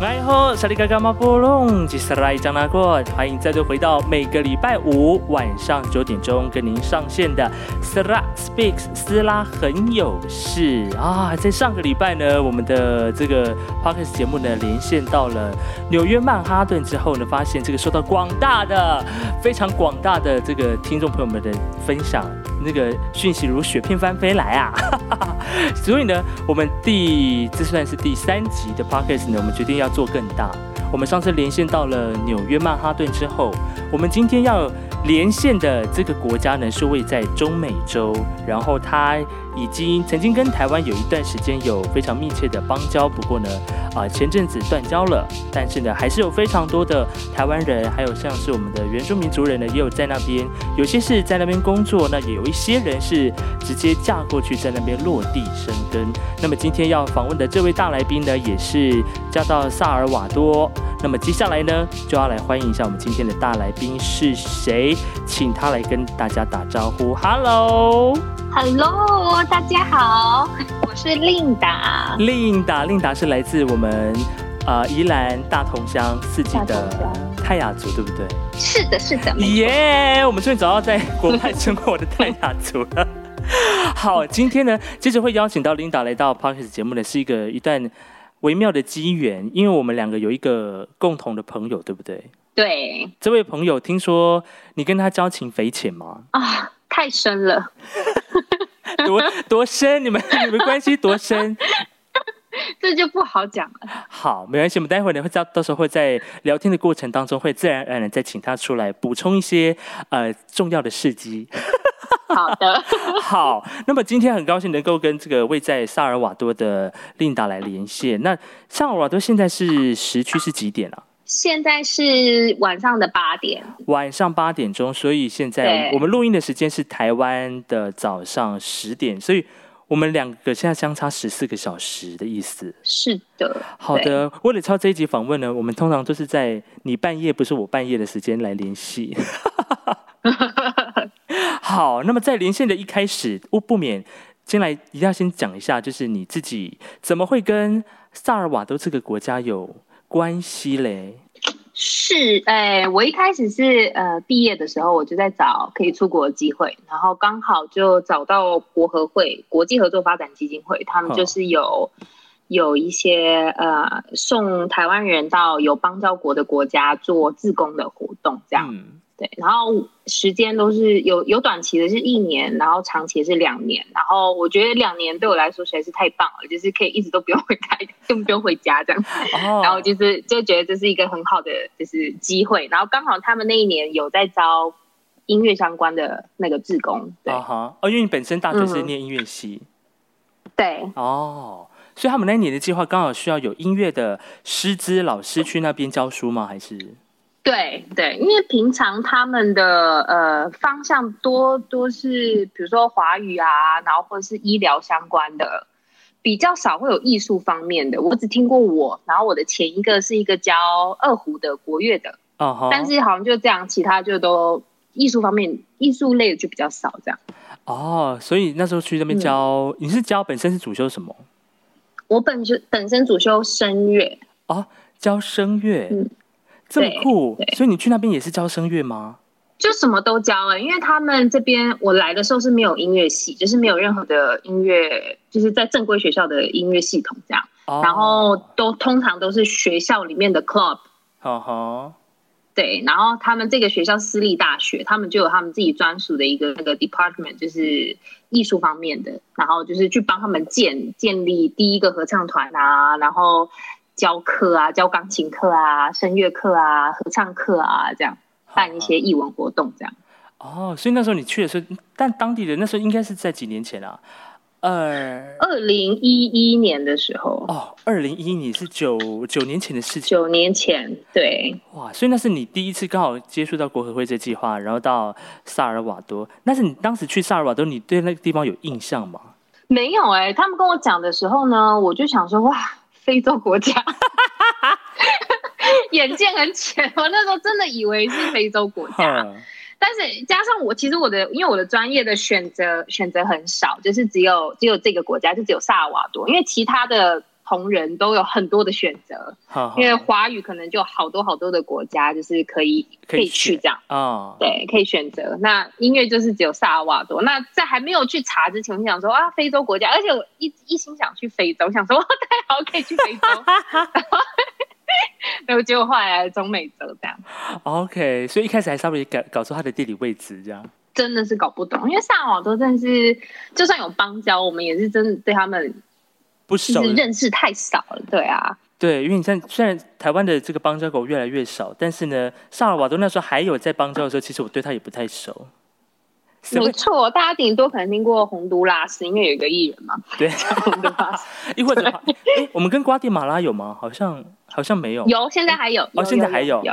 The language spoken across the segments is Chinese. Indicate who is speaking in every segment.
Speaker 1: 来吼，沙利嘎嘎马波隆，吉斯拉伊张拉过，欢迎再度回到每个礼拜五晚上九点钟跟您上线的斯拉 speaks 斯拉很有事啊。在上个礼拜呢，我们的这个 podcast 节目呢连线到了纽约曼哈顿之后呢，发现这个受到广大的、非常广大的这个听众朋友们的分享，那个讯息如雪片般飞来啊。 所以呢，我们第这算是第三集的 podcast 呢，我们决定要做更大。我们上次连线到了纽约曼哈顿之后，我们今天要连线的这个国家呢是位在中美洲，然后它已经曾经跟台湾有一段时间有非常密切的邦交，不过呢，啊、前阵子断交了，但是呢还是有非常多的台湾人，还有像是我们的原住民族人呢也有在那边，有些是在那边工作，那也有一些人是直接嫁过去在那边落地生根。那么今天要访问的这位大来宾呢，也是嫁到萨尔瓦多。那么接下来呢，就要来欢迎一下我们今天的大来宾是谁，请他来跟大家打招呼。Hello，
Speaker 2: Hello，大家好，我是令达。
Speaker 1: 令达，令达是来自我们呃宜兰大同乡四季的
Speaker 2: 大同乡
Speaker 1: 泰雅族，对不对？
Speaker 2: 是的，是的，没
Speaker 1: 耶我们终于找到在国外生活的泰雅族了。好，今天呢，接着会邀请到 Linda 来到 Parkes 节目呢，是一个一段微妙的机缘，因为我们两个有一个共同的朋友，对不对？
Speaker 2: 对
Speaker 1: 这位朋友听说你跟他交情匪浅吗？
Speaker 2: 啊，太深了，
Speaker 1: 多多深？你们你们关系多深？
Speaker 2: 这就不好讲了。
Speaker 1: 好，没关系，我们待会儿呢会到到时候会在聊天的过程当中，会自然而然的再请他出来补充一些呃重要的事迹。
Speaker 2: 好 的，
Speaker 1: 好，那么今天很高兴能够跟这个位在萨尔瓦多的琳达来连线。那萨尔瓦多现在是时区是几点啊？
Speaker 2: 现在是晚上的八点，
Speaker 1: 晚上八点钟，所以现在
Speaker 2: 对
Speaker 1: 我们录音的时间是台湾的早上十点，所以我们两个现在相差十四个小时的意思。
Speaker 2: 是的，
Speaker 1: 好的，为了抄这一集访问呢，我们通常都是在你半夜不是我半夜的时间来联系。 好，那么在连线的一开始，我不免先来一定要先讲一下，就是你自己怎么会跟萨尔瓦多这个国家有关系嘞？
Speaker 2: 是，哎、我一开始是呃毕业的时候我就在找可以出国的机会，然后刚好就找到国合会国际合作发展基金会，他们
Speaker 1: 哦
Speaker 2: 就是有。有一些呃送台湾人到有邦交国的国家做自工的活动，这样、
Speaker 1: 嗯，
Speaker 2: 对，然后时间都是有有短期的是一年，然后长期的是两年，然后我觉得两年对我来说实在是太棒了，就是可以一直都不用回 家，更不用回家这样。
Speaker 1: 哦，
Speaker 2: 然后就是就觉得这是一个很好的就是机会，然后刚好他们那一年有在招音乐相关的那个志工，对、
Speaker 1: 啊哈，哦，因为你本身大学是
Speaker 2: 嗯
Speaker 1: 念音乐系、
Speaker 2: 对，
Speaker 1: 哦，所以他们那一年的计划刚好需要有音乐的师资老师去那边教书吗？还是
Speaker 2: 对对，因为平常他们的呃方向多多是比如说华语啊，然后或者是医疗相关的，比较少会有艺术方面的。我只听过我，然后我的前一个是一个教二胡的国乐的，
Speaker 1: 啊哈，
Speaker 2: 但是好像就这样，其他就都艺术方面艺术类的就比较少这样。
Speaker 1: 哦，所以那时候去那边
Speaker 2: 嗯
Speaker 1: 教，你是教本身是主修什么？
Speaker 2: 我本身本身主修声乐，
Speaker 1: 教声乐，
Speaker 2: 嗯
Speaker 1: 这么
Speaker 2: 对
Speaker 1: 酷。
Speaker 2: 对
Speaker 1: 所以你去那边也是教声乐吗？
Speaker 2: 就什么都教啊、因为他们这边我来的时候是没有音乐系，就是没有任何的音乐，就是在正规学校的音乐系统这样。
Speaker 1: 哦
Speaker 2: 然后，都通常都是学校里面的 club，
Speaker 1: 好好，
Speaker 2: 对，然后他们这个学校私立大学，他们就有他们自己专属的一个那个 department，就是艺术方面的，然后就是去帮他们建建立第一个合唱团啊，然后教课啊，教钢琴课啊，声乐课啊，合唱课啊，这样办一些艺文活动这样。
Speaker 1: 哦，所以那时候你去的时候，但当地人那时候应该是在几年前啊，二
Speaker 2: 二零一一年的时候，
Speaker 1: 哦，二零一，你是九九年前的事情
Speaker 2: 九年前，对，
Speaker 1: 哇，所以那是你第一次刚好接触到国合会这计划，然后到萨尔瓦多。那是你当时去萨尔瓦多，你对那个地方有印象吗？
Speaker 2: 没有哎、他们跟我讲的时候呢，我就想说哇， 非洲国家， 眼界很浅，我那时候真的以为是非洲国家，
Speaker 1: 哼
Speaker 2: 但是加上我其实我的因为我的专业的选择选择很少，就是只有只有这个国家，就只有萨尔瓦多，因为其他的。同人都有很多的选择，
Speaker 1: 哈哈
Speaker 2: 因为华语可能就好多好多的国家就是可以
Speaker 1: 可
Speaker 2: 可
Speaker 1: 以
Speaker 2: 以去
Speaker 1: 选
Speaker 2: 这样。
Speaker 1: 啊，
Speaker 2: 对，可以选择。那音乐就是只有萨尔瓦多。那在还没有去查之前，我想说啊，非洲国家，而且我一一心想去非洲，想说 哇太好，可以去非洲。 然后结果后来中美洲这样，
Speaker 1: OK，所以一开始还稍微搞搞错它的地理位置，这样。
Speaker 2: 真的是搞不懂，因为萨尔瓦多真的是，就算有邦交，我们也是真的对他们
Speaker 1: 不
Speaker 2: 就
Speaker 1: 熟
Speaker 2: 是认识太少了。对啊，
Speaker 1: 对，因为你像虽然台湾的这个邦交狗越来越少，但是呢，萨尔瓦多那时候还有在邦交的时候，其实我对它也不太熟。谁
Speaker 2: 没
Speaker 1: 会
Speaker 2: 错，大家顶多可能听过洪都拉斯，因为有一个艺人嘛，
Speaker 1: 对，
Speaker 2: 洪都拉 斯
Speaker 1: 亦或者诶我们跟瓜地马拉有吗？好像好像没有。
Speaker 2: 有，现在还有，有
Speaker 1: 现在还有
Speaker 2: 有，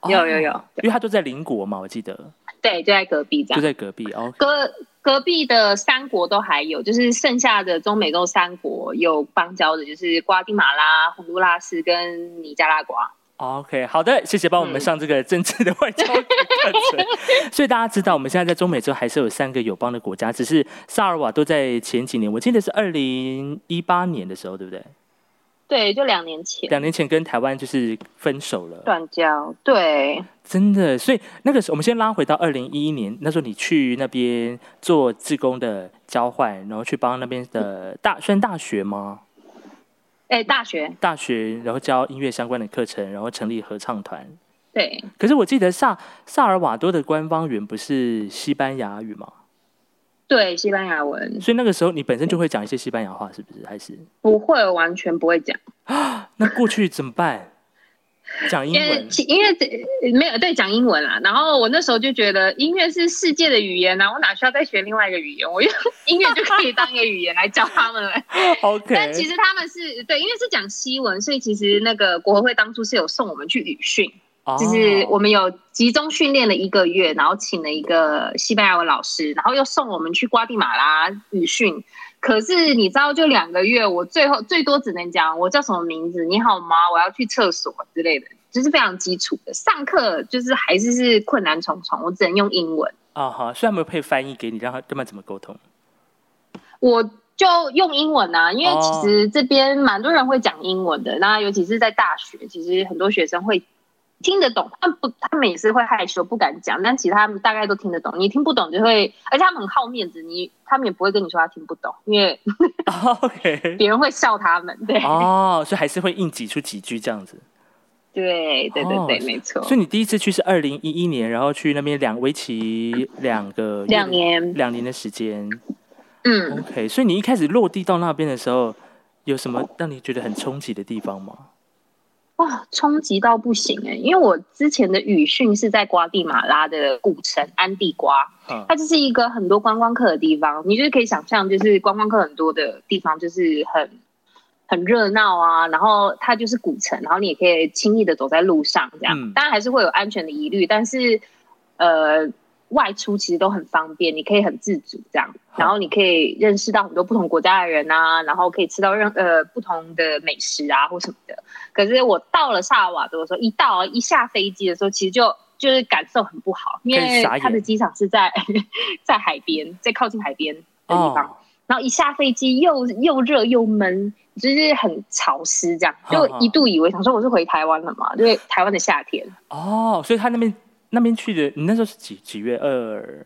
Speaker 1: 哦
Speaker 2: 有有有
Speaker 1: 因为它就在邻国嘛，我记得
Speaker 2: 对，啊就在隔壁这样
Speaker 1: 就。在隔壁。OK，哦
Speaker 2: 隔隔壁的三国都还有，就是剩下的中美洲三国有邦交的，就是瓜地马拉、洪都拉斯跟尼加拉瓜。
Speaker 1: OK，好的，谢谢帮我们
Speaker 2: 嗯
Speaker 1: 上这个政治的外交 课程。所以大家知道，我们现在在中美洲还是有三个友邦的国家，只是萨尔瓦多在前几年，我记得是二零一八年的时候，对不对？
Speaker 2: 对，就两年前
Speaker 1: 两年前跟台湾就是分手了，
Speaker 2: 断交。对，
Speaker 1: 真的。所以那个时候，我们先拉回到二零一一年，那时候你去那边做志工的交换，然后去帮那边的大算大学吗？
Speaker 2: 哎，大学
Speaker 1: 大学，然后教音乐相关的课程，然后成立合唱团。
Speaker 2: 对，
Speaker 1: 可是我记得萨萨尔瓦多的官方语言不是西班牙语吗？
Speaker 2: 对西班牙文
Speaker 1: 所以那个时候你本身就会讲一些西班牙话，是不是？还是
Speaker 2: 不会，完全不会讲，
Speaker 1: 那过去怎么办？讲英
Speaker 2: 因
Speaker 1: 文
Speaker 2: 为其因为这没有对讲英文啦。然后我那时候就觉得音乐是世界的语言啊，我哪需要再学另外一个语言？我用音乐就可以当一个语言来教他们了。但其
Speaker 1: ？OK，
Speaker 2: 实他们是对，因为是讲西文，所以其实那个国合会当初是有送我们去语训，
Speaker 1: 哦
Speaker 2: 就是我们有集中训练了一个月，然后请了一个西班牙文老师，然后又送我们去瓜地马拉语训。可是你知道，就两个月，我最后最多只能讲我叫什么名字，你好吗？我要去厕所之类的，就是非常基础的。上课就是还是是困难重重，我只能用英文。
Speaker 1: 啊哈，所以他们配翻译给你，让他他们怎么沟通？
Speaker 2: 我就用英文啊，因为其
Speaker 1: 哦
Speaker 2: 实这边蛮多人会讲英文的，那尤其是在大学，其实很多学生会听得懂，他们不，他们也是会害羞不敢讲，但其实他们大概都听得懂。你听不懂就会，而且他们很好面子，你他们也不会跟你说他听不懂，因为
Speaker 1: 哦 OK，
Speaker 2: 别人会笑他们。对，
Speaker 1: 哦，所以还是会硬挤出几句这样子。
Speaker 2: 对，对，对，对，没错
Speaker 1: 哦所。以你第一次去是二零一一年，然后去那边两为期两个月
Speaker 2: 两年，
Speaker 1: 两年的时间。
Speaker 2: 嗯，
Speaker 1: OK，所以你一开始落地到那边的时候，有什么让你觉得很冲击的地方吗？
Speaker 2: 哇，冲击到不行哎、因为我之前的语训是在瓜地马拉的古城安地瓜，
Speaker 1: 嗯
Speaker 2: 它就是一个很多观光客的地方，你就是可以想象，就是观光客很多的地方，就是很很热闹啊。然后它就是古城，然后你也可以轻易的走在路上，这样。
Speaker 1: 嗯
Speaker 2: 当然还是会有安全的疑虑，但是呃，外出其实都很方便，你可以很自主这样。
Speaker 1: 好
Speaker 2: 然后你可以认识到很多不同国家的人啊，然后可以吃到任呃不同的美食啊或什么的。可是我到了萨尔瓦多的时候，一到一下飞机的时候，其实就就是感受很不好，因
Speaker 1: 可以
Speaker 2: 为
Speaker 1: 傻眼
Speaker 2: 它的机场是在 在海边，在靠近海边的地方。
Speaker 1: 哦
Speaker 2: 然后一下飞机又又热又闷，就是很潮湿，这样就
Speaker 1: 哈哈
Speaker 2: 一度以为想说我是回台湾了嘛，就是台湾的夏天。
Speaker 1: 哦，所以他那边那边去的，你那时候是几几月二？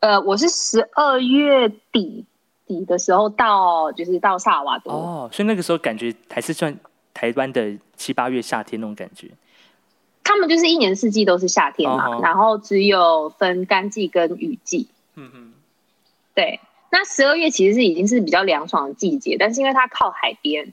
Speaker 2: 呃，我是十二月底底的时候到，就是到萨尔瓦多。
Speaker 1: 哦，所以那个时候感觉还是算台湾的七八月夏天那种感觉。
Speaker 2: 他们就是一年四季都是夏天嘛，
Speaker 1: 哦吼
Speaker 2: 然后只有分干季跟雨季。
Speaker 1: 嗯嗯，
Speaker 2: 对，那十二月其实是已经是比较凉爽的季节，但是因为它靠海边，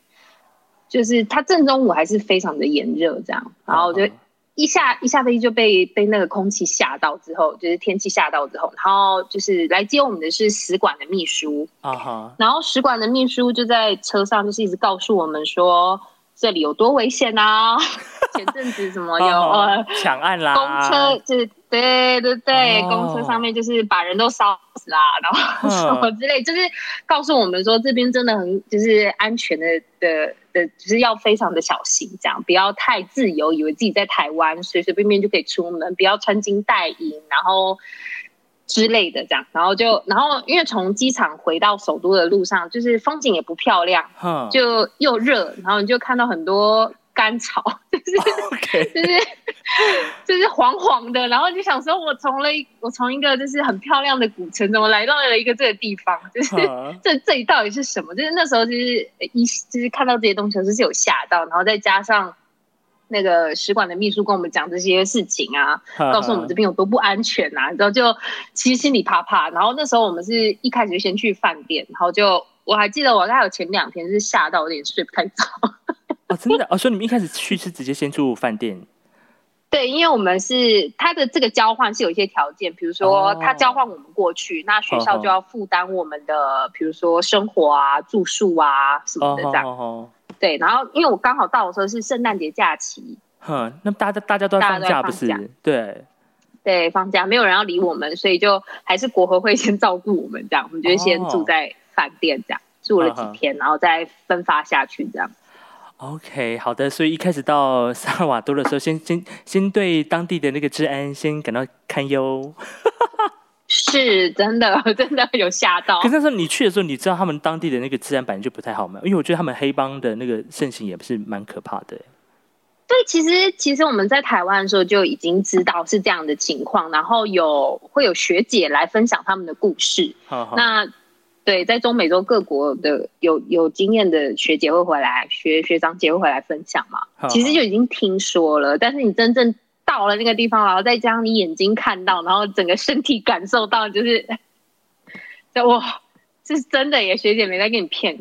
Speaker 2: 就是它正中午还是非常的炎热这样，然后我就
Speaker 1: 哦
Speaker 2: 一下一下飞机就被被那个空气吓到之后，就是天气吓到之后，然后就是来接我们的是使馆的秘书，
Speaker 1: 啊哈，
Speaker 2: 然后使馆的秘书就在车上，就是一直告诉我们说这里有多危 险啊！前阵子什么有呃
Speaker 1: 哦抢案啦，
Speaker 2: 公车，就是对对对，
Speaker 1: 哦
Speaker 2: 公车上面就是把人都烧死啦，然后
Speaker 1: 嗯
Speaker 2: 什么之类，就是告诉我们说这边真的很就是安全的的的，就是要非常的小心，这样不要太自由，以为自己在台湾随随便便就可以出门，不要穿金戴银，然后。之类的这样，然后就然后因为从机场回到首都的路上，就是风景也不漂亮，
Speaker 1: 哼
Speaker 2: 就又热，然后你就看到很多干草， 就是。
Speaker 1: ，OK，
Speaker 2: 就是就是黄黄的，然后就想说，我从了一我从一个就是很漂亮的古城，怎么来到了一个这个地方？就是
Speaker 1: 哼
Speaker 2: 这这里到底是什么？就是那时候就是呃一就是看到这些东西，就是有吓到，然后再加上那个使馆的秘书跟我们讲这些事情啊，
Speaker 1: 哼
Speaker 2: 告诉我们这边有多不安全啊，然后就其实心里怕怕。然后那时候我们是一开始就先去饭店，然后就我还记得我大概有前两天是吓到有点睡不太着。
Speaker 1: 哦，真的哦，所以你们一开始去是直接先住饭店，
Speaker 2: 对，因为我们是它的这个交换是有一些条件，比如说
Speaker 1: 哦
Speaker 2: 它交换我们过去，那学校就要负担我们的，比如说生活啊、住宿啊什么
Speaker 1: 哦
Speaker 2: 的
Speaker 1: 哦
Speaker 2: 这样。
Speaker 1: 哦，
Speaker 2: 对，然后因为我刚好到的时候是圣诞节假期，
Speaker 1: 哼，那大家大家都在
Speaker 2: 大家
Speaker 1: 放
Speaker 2: 都在
Speaker 1: 假不
Speaker 2: 放假
Speaker 1: 是？对，
Speaker 2: 对，放假没有人要理我们，所以就还是国合会先照顾我们这样，我们就先
Speaker 1: 哦
Speaker 2: 住在饭店这样。住了几
Speaker 1: 嗯哼
Speaker 2: 天，然后再分发下去，这样。
Speaker 1: OK，好的，所以一开始到萨尔瓦多的时候，先先先对当地的那个治安先感到堪忧。
Speaker 2: 是真的， 真的有吓到
Speaker 1: 可。是那时候你去的时候，你知道他们当地的那个治安本来就不太好嘛，因为我觉得他们黑帮的那个盛行也是蛮可怕的。欸
Speaker 2: 对，其实其实我们在台湾的时候就已经知道是这样的情况，然后有会有学姐来分享他们的故事。
Speaker 1: 哈哈
Speaker 2: 那对，在中美洲各国的有有经验的学姐会回来，学学长姐会回来分享嘛。
Speaker 1: 哈哈
Speaker 2: 其实就已经听说了，但是你真正到了那个地方，然后再加上你眼睛看到，然后整个身体感受到，就是 就哇，是真的耶！学姐没在跟你骗，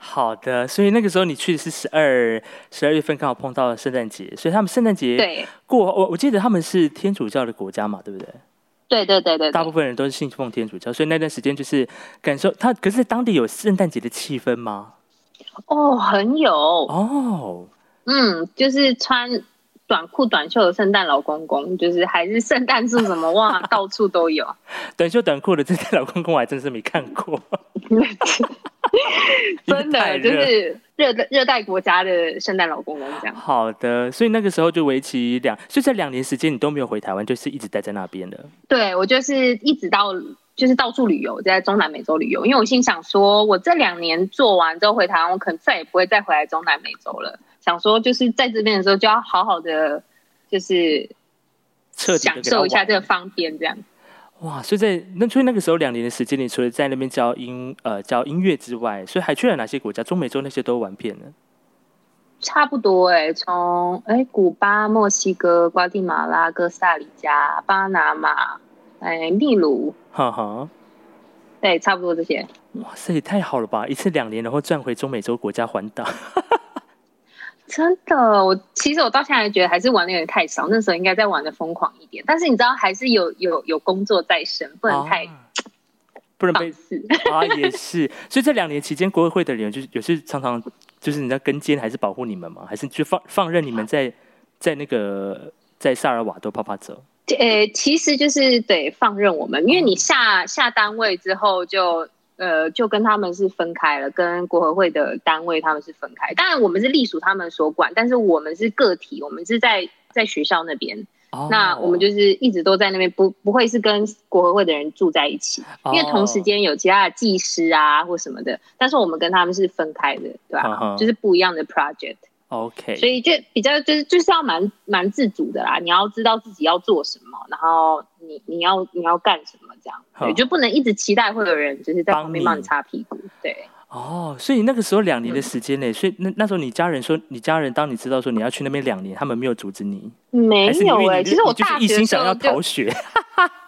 Speaker 1: 好的，所以那个时候你去的是十二十二月份，刚好碰到了圣诞节，所以他们圣诞节
Speaker 2: 对
Speaker 1: 过，我我记得他们是天主教的国家嘛，对不对？
Speaker 2: 对对对对
Speaker 1: 大
Speaker 2: 对
Speaker 1: 部分人都是信奉天主教，所以那段时间就是感受他。可是当地有圣诞节的气氛吗？
Speaker 2: 哦，很有
Speaker 1: 哦，
Speaker 2: 嗯，就是穿短裤短袖的圣诞老公公，就是还是圣诞树什么 哇，到处都有。
Speaker 1: 短袖短裤的这代老公公我还真是没看过，
Speaker 2: 真
Speaker 1: 太
Speaker 2: 的就
Speaker 1: 热
Speaker 2: 是热带热带国家的圣诞老公公这样。
Speaker 1: 好的，所以那个时候就为期两，所以这两年时间你都没有回台湾，就是一直待在那边的。
Speaker 2: 对我就是一直到就是到处旅游，在中南美洲旅游，因为我心想说，我这两年做完之后回台湾，我可能再也不会再回来中南美洲了。想说就是在这边的时候就要好好的，就是
Speaker 1: 彻底地
Speaker 2: 享
Speaker 1: 给他
Speaker 2: 受一下
Speaker 1: 玩
Speaker 2: 这个方便这样。
Speaker 1: 哇！所以在那所以那个时候两年的时间，你除了在那边教音呃教音乐之外，所以还去了哪些国家？中美洲那些都玩遍了。
Speaker 2: 差不多哎、从哎、古巴、墨西哥、瓜地马拉、哥斯达黎加、巴拿马，哎、秘鲁，
Speaker 1: 哈哈，
Speaker 2: 对，差不多这些。
Speaker 1: 哇塞，也太好了吧！一次两年，然后转回中美洲国家环岛。
Speaker 2: 真的，我其实我到现在觉得还是玩的有点太少，那时候应该再玩的疯狂一点。但是你知道，还是有有有工作在身，不能太
Speaker 1: 啊不能
Speaker 2: 放
Speaker 1: 被
Speaker 2: 肆。
Speaker 1: 啊，也是。所以这两年期间，国委会的人员就是有是常常就是你在跟监，还是保护你们吗？还是就放放任你们在在那个在萨尔瓦多啪啪走？
Speaker 2: 呃，其实就是得放任我们，因为你
Speaker 1: 哦
Speaker 2: 下下单位之后就呃就跟他们是分开了，跟国合会的单位他们是分开。当然我们是隶属他们所管，但是我们是个体，我们是在在学校那边，
Speaker 1: 哦
Speaker 2: 那我们就是一直都在那边，不不会是跟国合会的人住在一起，
Speaker 1: 哦
Speaker 2: 因为同时间有其他的技师啊或什么的，但是我们跟他们是分开的，对吧、
Speaker 1: 嗯哼
Speaker 2: 就是不一样的 project。
Speaker 1: 哦 OK，
Speaker 2: 所以就比较就是就是要蛮蛮自主的啦，你要知道自己要做什么，然后你你要你要干什么这样，
Speaker 1: 好
Speaker 2: 对，就不能一直期待会有人就是在旁边
Speaker 1: 帮
Speaker 2: 帮
Speaker 1: 你
Speaker 2: 你擦屁股，对，
Speaker 1: 哦，所以那个时候两年的时间呢，所以那那时候你家人说，你家人当你知道说你要去那边两年，他们没有阻止你，
Speaker 2: 没
Speaker 1: 还是因为
Speaker 2: 有
Speaker 1: 你
Speaker 2: 哎、
Speaker 1: 就
Speaker 2: 其实我
Speaker 1: 你就是
Speaker 2: 大
Speaker 1: 一
Speaker 2: 学
Speaker 1: 心
Speaker 2: 的时
Speaker 1: 想要
Speaker 2: 候
Speaker 1: 逃
Speaker 2: 就，
Speaker 1: 学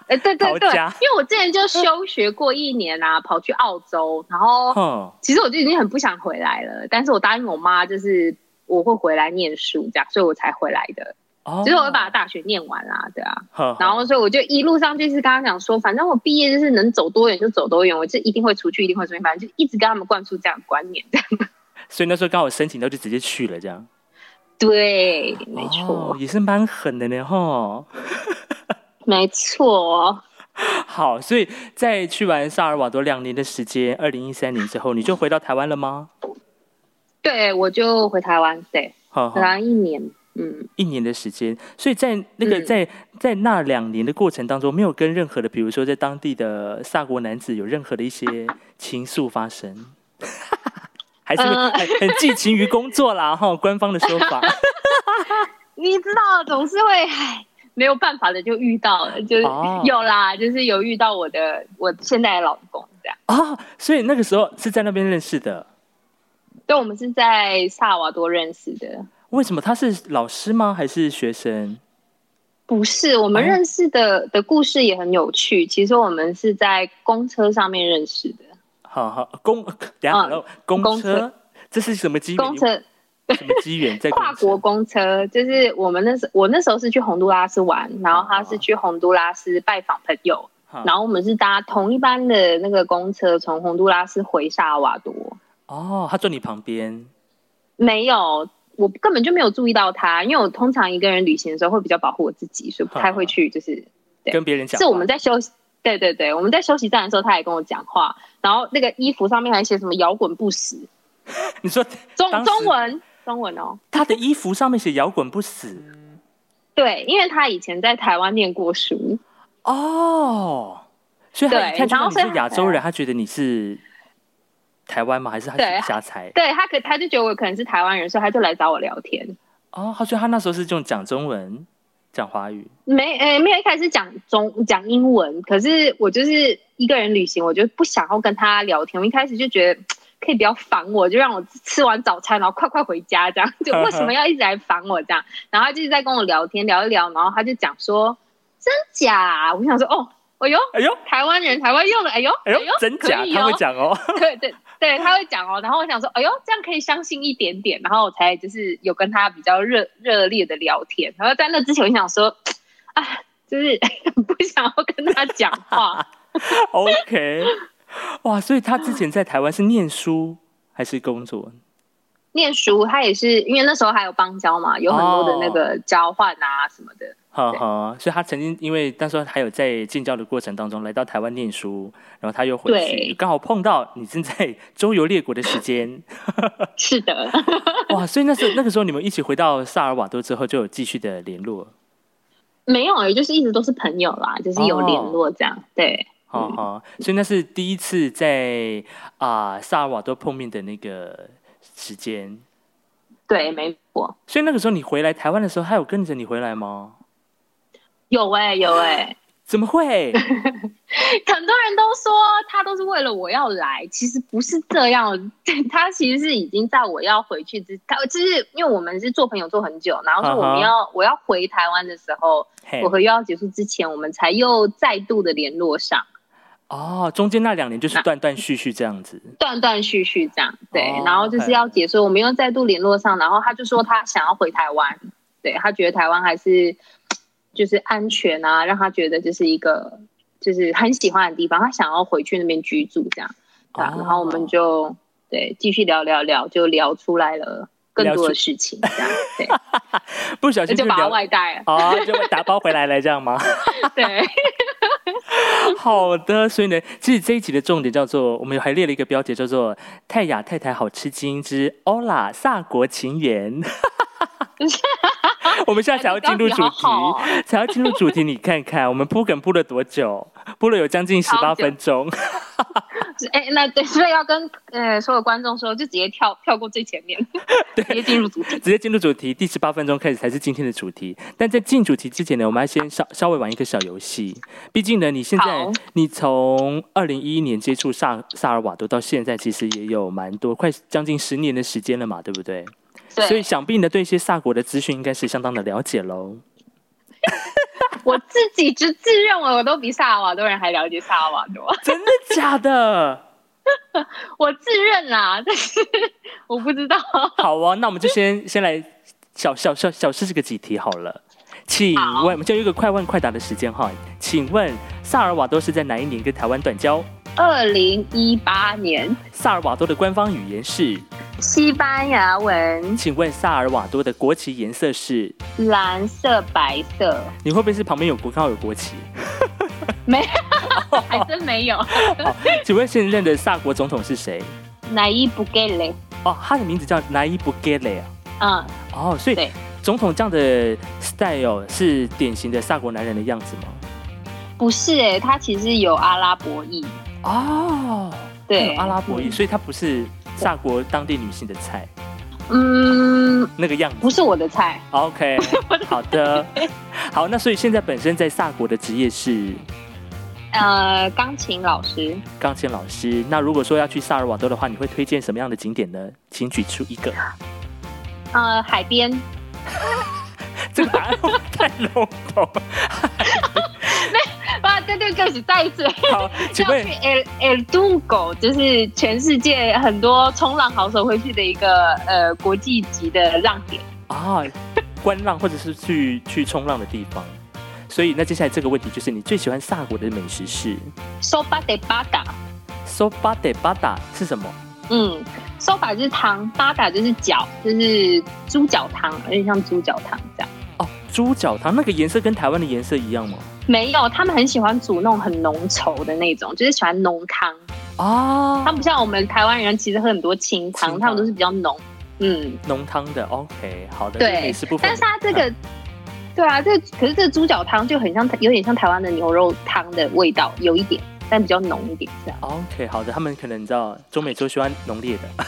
Speaker 2: 哎、对对
Speaker 1: 逃
Speaker 2: 对，因
Speaker 1: 家
Speaker 2: 为我之前就休学过一年啊，跑去澳洲，然后
Speaker 1: 哼，
Speaker 2: 其实我就已经很不想回来了，但是我答应我妈就是我会回来念书这样，所以我才回来的，
Speaker 1: 哦，
Speaker 2: 其实我会把大学念完啦，对啊。
Speaker 1: 哼，
Speaker 2: 然后，所以我就一路上就是跟他讲说，反正我毕业就是能走多远就走多远，我就一定会出去，一定会出去，反正就一直跟他们灌输这样的观念。
Speaker 1: 所以那时候刚好申请到就直接去了，这样，
Speaker 2: 对，没错，
Speaker 1: 哦也是蛮狠的呢，吼。
Speaker 2: 没错，
Speaker 1: 好，所以在去完萨尔瓦多两年的时间，二零一三年之后，你就回到台湾了吗？
Speaker 2: 对我就回台湾，对，
Speaker 1: 好
Speaker 2: 回台湾一年，嗯，
Speaker 1: 一年的时间，所以在那个
Speaker 2: 嗯
Speaker 1: 在在那两年的过程当中，没有跟任何的，比如说在当地的萨国男子有任何的一些情愫发生， 还是
Speaker 2: 呃
Speaker 1: 很很寄情于工作啦哈，官方的说 法
Speaker 2: 你知道，总是会唉，没有办法的就遇到了，就是、
Speaker 1: 哦
Speaker 2: 有啦，就是有遇到我的我现在的老公这样。
Speaker 1: 啊，所以那个时候是在那边认识的。
Speaker 2: 对，我们是在萨尔瓦多认识的，
Speaker 1: 为什么他是老师吗？还是学生？
Speaker 2: 不是我们
Speaker 1: 哦
Speaker 2: 认识的、的故事也很有趣。其实我们是在公车上面认识的，
Speaker 1: 好好公，等一下、
Speaker 2: 嗯
Speaker 1: 公
Speaker 2: 公
Speaker 1: 车
Speaker 2: 车，
Speaker 1: 这是什么机缘？
Speaker 2: 公车
Speaker 1: 什么机缘在公
Speaker 2: 跨
Speaker 1: 车
Speaker 2: 国公车，就是我们那时我那时候是去洪都拉斯玩，然后他是去洪都拉斯拜访朋友，
Speaker 1: 哦哈
Speaker 2: 然后我们是搭同一班的那个公车从洪都拉斯回萨尔瓦多。
Speaker 1: 哦，他坐你旁边
Speaker 2: 没有，我根本就没有注意到他，因为我通常一个人旅行的时候会比较保护我自己，所以不太会去就是对
Speaker 1: 跟别人讲话，
Speaker 2: 是我们在休息。对对对，我们在休息站的时候，他也跟我讲话，然后那个衣服上面还写什么“摇滚不死
Speaker 1: 你说”，
Speaker 2: 中
Speaker 1: 当时
Speaker 2: 中文中文哦，
Speaker 1: 他的衣服上面写“摇滚不死
Speaker 2: 对，因为他以前在台湾念过书，”
Speaker 1: 哦，所以他一
Speaker 2: 对
Speaker 1: 看就
Speaker 2: 然后
Speaker 1: 到你是
Speaker 2: 所以
Speaker 1: 亚洲人，他觉得你是台湾吗？还是他
Speaker 2: 对
Speaker 1: 是瞎猜？
Speaker 2: 对他可他就觉得我可能是台湾人，所以他就来找我聊天。
Speaker 1: 哦，他说他那时候是用讲中文、讲华语，
Speaker 2: 没，呃，没有一开始讲中讲英文，可是我就是一个人旅行，我就不想要跟他聊天。我一开始就觉得可以不要烦我，就让我吃完早餐，然后快快回家，这样就为什么要一直来烦我这样？然后他就是在跟我聊天聊一聊，然后他就讲说真假，我想说哦，哎呦，
Speaker 1: 哎呦
Speaker 2: 台湾人台湾用的，哎呦，
Speaker 1: 哎呦，真假
Speaker 2: 可以
Speaker 1: 他会
Speaker 2: 哦
Speaker 1: 讲哦，
Speaker 2: 对对对，他会讲哦。然后我想说，哎呦，这样可以相信一点点，然后我才就是有跟他比较热热烈的聊天。然后在那之前，我就想说，啊，就是 不想要跟他讲话。
Speaker 1: OK，哇，所以他之前在台湾是念书还是工作？
Speaker 2: 念书，他也是因为那时候还有邦交嘛，有很多的那个交换啊什么的。
Speaker 1: 哈哈，所以他曾经因为那时候还有在进教的过程当中来到台湾念书，然后他又回去，
Speaker 2: 对
Speaker 1: 刚好碰到你正在周游列国的时间，
Speaker 2: 是的，
Speaker 1: 哇！所以那时候那个时候你们一起回到萨尔瓦多之后就有继续的联络，
Speaker 2: 没有，也就是一直都是朋友啦，就是有联络这样。对，
Speaker 1: 哈哈，所以那是第一次在啊、萨尔瓦多碰面的那个时间，
Speaker 2: 对，没错。
Speaker 1: 所以那个时候你回来台湾的时候，他有跟着你回来吗？
Speaker 2: 有哎、有哎、
Speaker 1: 怎么会？
Speaker 2: 很多人都说他都是为了我要来，其实不是这样， 他其实是已经在我要回去之，他就是因为我们是做朋友做很久，然后说我
Speaker 1: 啊哈
Speaker 2: 们要、我要回台湾的时候，
Speaker 1: 嘿
Speaker 2: 我和又要结束之前，我们才又再度的联络上，
Speaker 1: 哦，中间那两年就是断断续续这样子。
Speaker 2: 断断续续这样，对，
Speaker 1: 哦
Speaker 2: 然后就是要结束，我们又再度联络上，然后他就说他想要回台湾，对他觉得台湾还是就是安全啊，让他觉得这是一个就是很喜欢的地方，他想要回去那边居住这样。
Speaker 1: 哦
Speaker 2: 对啊，然后我们就对继续聊聊聊，就聊出来了更多的事情， 这样对，
Speaker 1: 哦不小
Speaker 2: 那
Speaker 1: 心
Speaker 2: 就把
Speaker 1: 聊
Speaker 2: 它外带 了，
Speaker 1: 哦，就打包回来了，这样吗？
Speaker 2: 对，
Speaker 1: 好的，所以呢，其实这一集的重点叫做，我们还列了一个标题叫做“泰雅太太好吃惊之欧拉萨国情缘” 。我们现在才要进入主题
Speaker 2: 哎 你标题好，好
Speaker 1: 才要进入主题，你看看我们铺梗铺了多久？铺了有将近十八
Speaker 2: 好久
Speaker 1: 分钟。
Speaker 2: 哎，那对，所以要跟呃所有观众说，就直接跳跳过最前 面，直接进入主题，
Speaker 1: 直接进入主题，第十八分钟开始才是今天的主题。但在进主题之前呢，我们要先稍稍微玩一个小游戏。毕竟呢，你现在
Speaker 2: 好
Speaker 1: 你从二零一一年接触萨萨尔瓦多到现在，其实也有蛮多快将近十年的时间了嘛，对不对？所以
Speaker 2: 对，
Speaker 1: 想必呢，对一些萨国的资讯应该是相当的了解 喽。
Speaker 2: 我自己就自认为我都比萨尔瓦多人还了解萨尔瓦多，
Speaker 1: 真的假的？
Speaker 2: 我自认啦，但是我不知道，
Speaker 1: 好啊，那我们就先 先来小小小小试这个几题好了。请问，我们就有一个快问快答的时间哈。请问，萨尔瓦多是在哪一年跟台湾断交？
Speaker 2: 二零一八年
Speaker 1: 萨尔瓦多的官方语言是，
Speaker 2: 西班牙文
Speaker 1: 请问萨尔瓦多的国旗颜色是？
Speaker 2: 蓝色白色，
Speaker 1: 你会不会是旁边有国刚好有国旗？
Speaker 2: 没，还真没有。
Speaker 1: 好，请问现任的萨国总统是谁？
Speaker 2: 哪一不给嘞？
Speaker 1: 哦，他的名字叫奈伊布盖雷啊。
Speaker 2: 嗯，
Speaker 1: 哦，所以
Speaker 2: 对
Speaker 1: 总统这样的 style 是典型的萨国男人的样子吗？
Speaker 2: 不是哎、他其实有阿拉伯裔，
Speaker 1: 哦，
Speaker 2: 对，
Speaker 1: 阿拉伯裔，所以他不是萨国当地女性的菜
Speaker 2: 嗯，
Speaker 1: 那个样子。
Speaker 2: 不是我的菜，
Speaker 1: OK，好 的，好，那所以现在本身在萨国的职业是
Speaker 2: 呃，钢琴老师，
Speaker 1: 钢琴老师。那如果说要去萨尔瓦多的话，你会推荐什么样的景点呢？请举出一个。
Speaker 2: 呃，海边，
Speaker 1: 这个答案会不会太笼统。
Speaker 2: 哇，啊对对，对不起，再一次，
Speaker 1: 好，请
Speaker 2: 要
Speaker 1: 问
Speaker 2: 去 El El Dungo，就是全世界很多冲浪好手会去的一个呃国际级的浪点。
Speaker 1: 啊，观浪或者是去去冲浪的地方。所以那接下来这个问题就是你最喜欢萨国的美食是
Speaker 2: Soba de Bada，
Speaker 1: soba de bada 是什么？
Speaker 2: 嗯，Soba 就是汤，Bada 就是脚，就是猪脚汤，有点像猪脚汤这样。
Speaker 1: 哦，猪脚汤那个颜色跟台湾的颜色一样吗？
Speaker 2: 没有，他们很喜欢煮那种很浓稠的那种，就是喜欢浓汤。
Speaker 1: 啊
Speaker 2: 他，们不像我们台湾人，其实喝很多
Speaker 1: 清
Speaker 2: 清汤，
Speaker 1: 汤
Speaker 2: 他们都是比较浓。嗯，
Speaker 1: 浓汤的。OK，好的，
Speaker 2: 对
Speaker 1: 这个美食部分。
Speaker 2: 但是它这个，对啊，这可是这个猪脚汤就很像，有点像台湾的牛肉汤的味道，有一点，但比较浓一点这样。
Speaker 1: OK，好的，他们可能你知道中美洲喜欢浓烈的，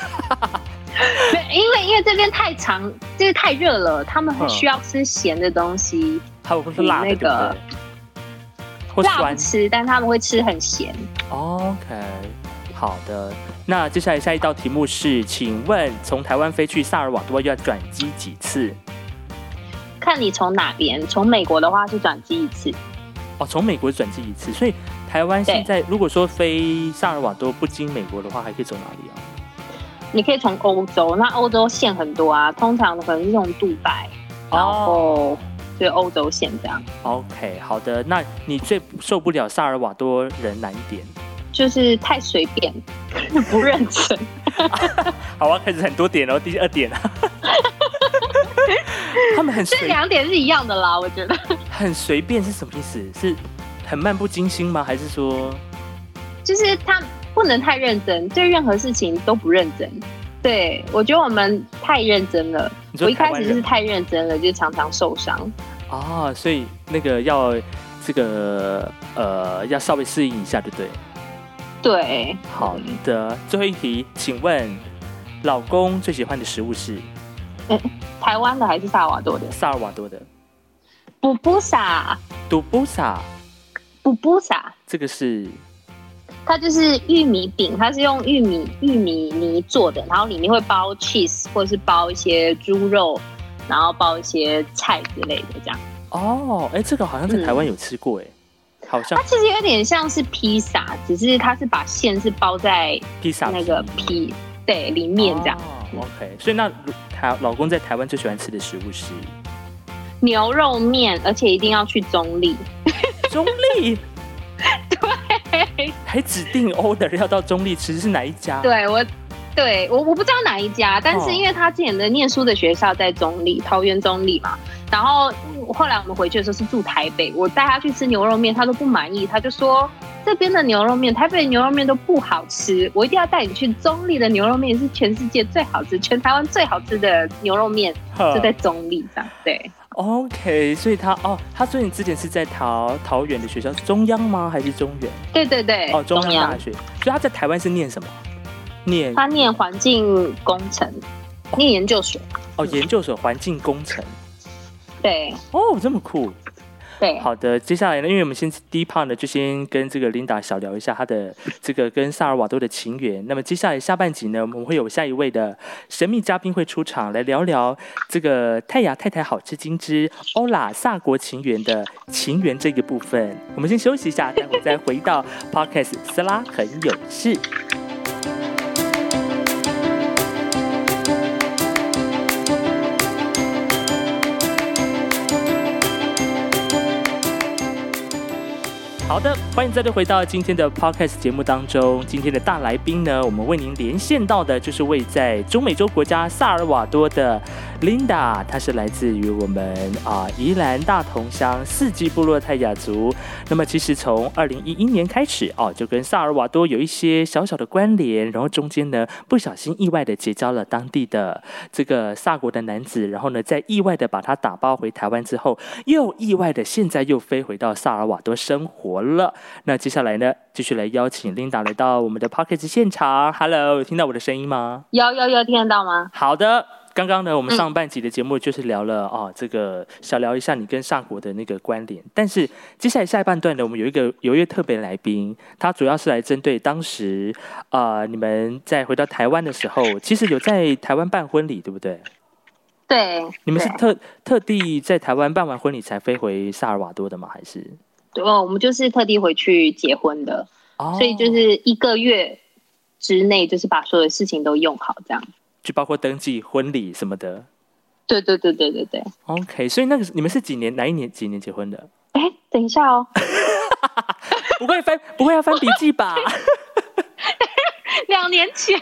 Speaker 2: 对，因为因为这边太长，就是太热了，他们很
Speaker 1: 嗯
Speaker 2: 需要吃咸的东西，
Speaker 1: 还有或是辣的，
Speaker 2: 那个
Speaker 1: 对不对？或
Speaker 2: 辣
Speaker 1: 酸
Speaker 2: 不。吃，但他们会吃很咸。
Speaker 1: OK，好的。那接下来下一道题目是，请问从台湾飞去萨尔瓦多要转机几次？
Speaker 2: 看你从哪边，从美国的话是转机一次，
Speaker 1: 哦，从美国转机一次，所以台湾现在如果说飞萨尔瓦多不经美国的话，还可以走哪里啊？
Speaker 2: 你可以从欧洲，那欧洲线很多啊，通常可能是用杜拜，然后对欧洲线这样，
Speaker 1: ，OK，好的。那你最受不了萨尔瓦多人哪一点？
Speaker 2: 就是太随便， 不认真。
Speaker 1: 好，我要开始很多点哦，第二点 啊，他们很
Speaker 2: 这
Speaker 1: 随
Speaker 2: 两点是一样的啦，我觉得，
Speaker 1: 很随便是什么意思？是很漫不经心吗？还是说
Speaker 2: 就是他不能太认真，对任何事情都不认真。对，我觉得我们太认真了。
Speaker 1: 你说
Speaker 2: 我一
Speaker 1: 台
Speaker 2: 开
Speaker 1: 湾
Speaker 2: 始就是
Speaker 1: 人
Speaker 2: 太认真了，就常常受伤。
Speaker 1: 哦，所以那个要这个呃要稍微适应一下，对不对？
Speaker 2: 对，
Speaker 1: 好的，最后一题，请问老公最喜欢的食物是
Speaker 2: 台湾的还是萨尔瓦多的？
Speaker 1: 萨尔瓦多的
Speaker 2: 布布萨，
Speaker 1: 杜布萨，
Speaker 2: 布布萨，
Speaker 1: 这个是
Speaker 2: 它就是玉米饼，它是用玉米玉米泥做的，然后里面会包 cheese 或是包一些猪肉，然后包一些菜之类的这样。
Speaker 1: 哦，哎，这个好像在台湾有吃
Speaker 2: 嗯
Speaker 1: 过，哎、好像
Speaker 2: 它其实有点像是披萨，只是它是把馅是包在
Speaker 1: 披萨
Speaker 2: 那个
Speaker 1: 皮
Speaker 2: 皮对里面这样。
Speaker 1: 哦 OK，所以那台老公在台湾最喜欢吃的食物是
Speaker 2: 牛肉面，而且一定要去中立。
Speaker 1: 中立，对，还指定 order 要到中立吃是哪一家？
Speaker 2: 对我，对我我不知道哪一家，但
Speaker 1: 哦
Speaker 2: 是因为他之前的念书的学校在中立，桃园中立嘛。然后嗯后来我们回去的时候是住台北，我带他去吃牛肉面，他都不满意，他就说这边的牛肉面，台北的牛肉面都不好吃，我一定要带你去中立的牛肉面，是全世界最好吃，全台湾最好吃的牛肉面
Speaker 1: 呵
Speaker 2: 就在中立这样。对，
Speaker 1: OK，所以他哦，他说你之前是在桃桃园的学校，中央吗？还是中原？
Speaker 2: 对对对，
Speaker 1: 哦，中央
Speaker 2: 央
Speaker 1: 大，学。所以他在台湾是念什么？念
Speaker 2: 他念环境工程，念研究所。
Speaker 1: 哦研究所环境工程。
Speaker 2: 对
Speaker 1: 哦，这么酷。
Speaker 2: 对，
Speaker 1: 好的，接下来呢，因为我们先第一 part 呢，就先跟这个 Linda 小聊一下她的这个跟萨尔瓦多的情缘。那么接下来下半集呢，我们会有下一位的神秘嘉宾会出场，来聊聊这个泰雅太太好吃惊之欧拉萨国情缘的情缘这个部分。我们先休息一下，待会再回到 Podcast 斯拉很有事。好的，欢迎再度回到今天的 podcast 节目当中。今天的大来宾呢，我们为您连线到的就是位在中美洲国家萨尔瓦多的 Linda，她是来自于我们啊、宜兰大同乡四季部落泰雅族。那么其实从二零一一年开始哦，就跟萨尔瓦多有一些小小的关联，然后中间呢不小心意外的结交了当地的这个萨国的男子，然后呢在意外的把他打包回台湾之后，又意外的现在又飞回到萨尔瓦多生活了。那接下来呢，继续来邀请 Linda 来到我们的 p o c k e t 现场。Hello，有听到我的声音吗？
Speaker 2: 幺幺幺听得到吗？
Speaker 1: 好的，嗯刚刚呢，我们上半集的节目就是聊了、哦，这个小聊一下你跟上国的那个关联。但是接下来下一半段呢，我们有一个有一位特别来宾，他主要是来针对当时啊、呃你们在回到台湾的时候，其实有在台湾办婚礼，对不对？
Speaker 2: 对，
Speaker 1: 你们是
Speaker 2: 对
Speaker 1: 特特地在台湾办完婚礼才飞回萨尔瓦多的吗？还是？
Speaker 2: 对哦，我们就是特地回去结婚的，
Speaker 1: 哦
Speaker 2: 所以就是一个月之内，就是把所有事情都用好，这样。
Speaker 1: 就包括登记、婚礼什么的。
Speaker 2: 对对对对对对。
Speaker 1: OK，所以那个你们是几年哪一年几年结婚的？
Speaker 2: 哎，等一下哦，
Speaker 1: 不会翻不会要翻笔记吧？
Speaker 2: 两年前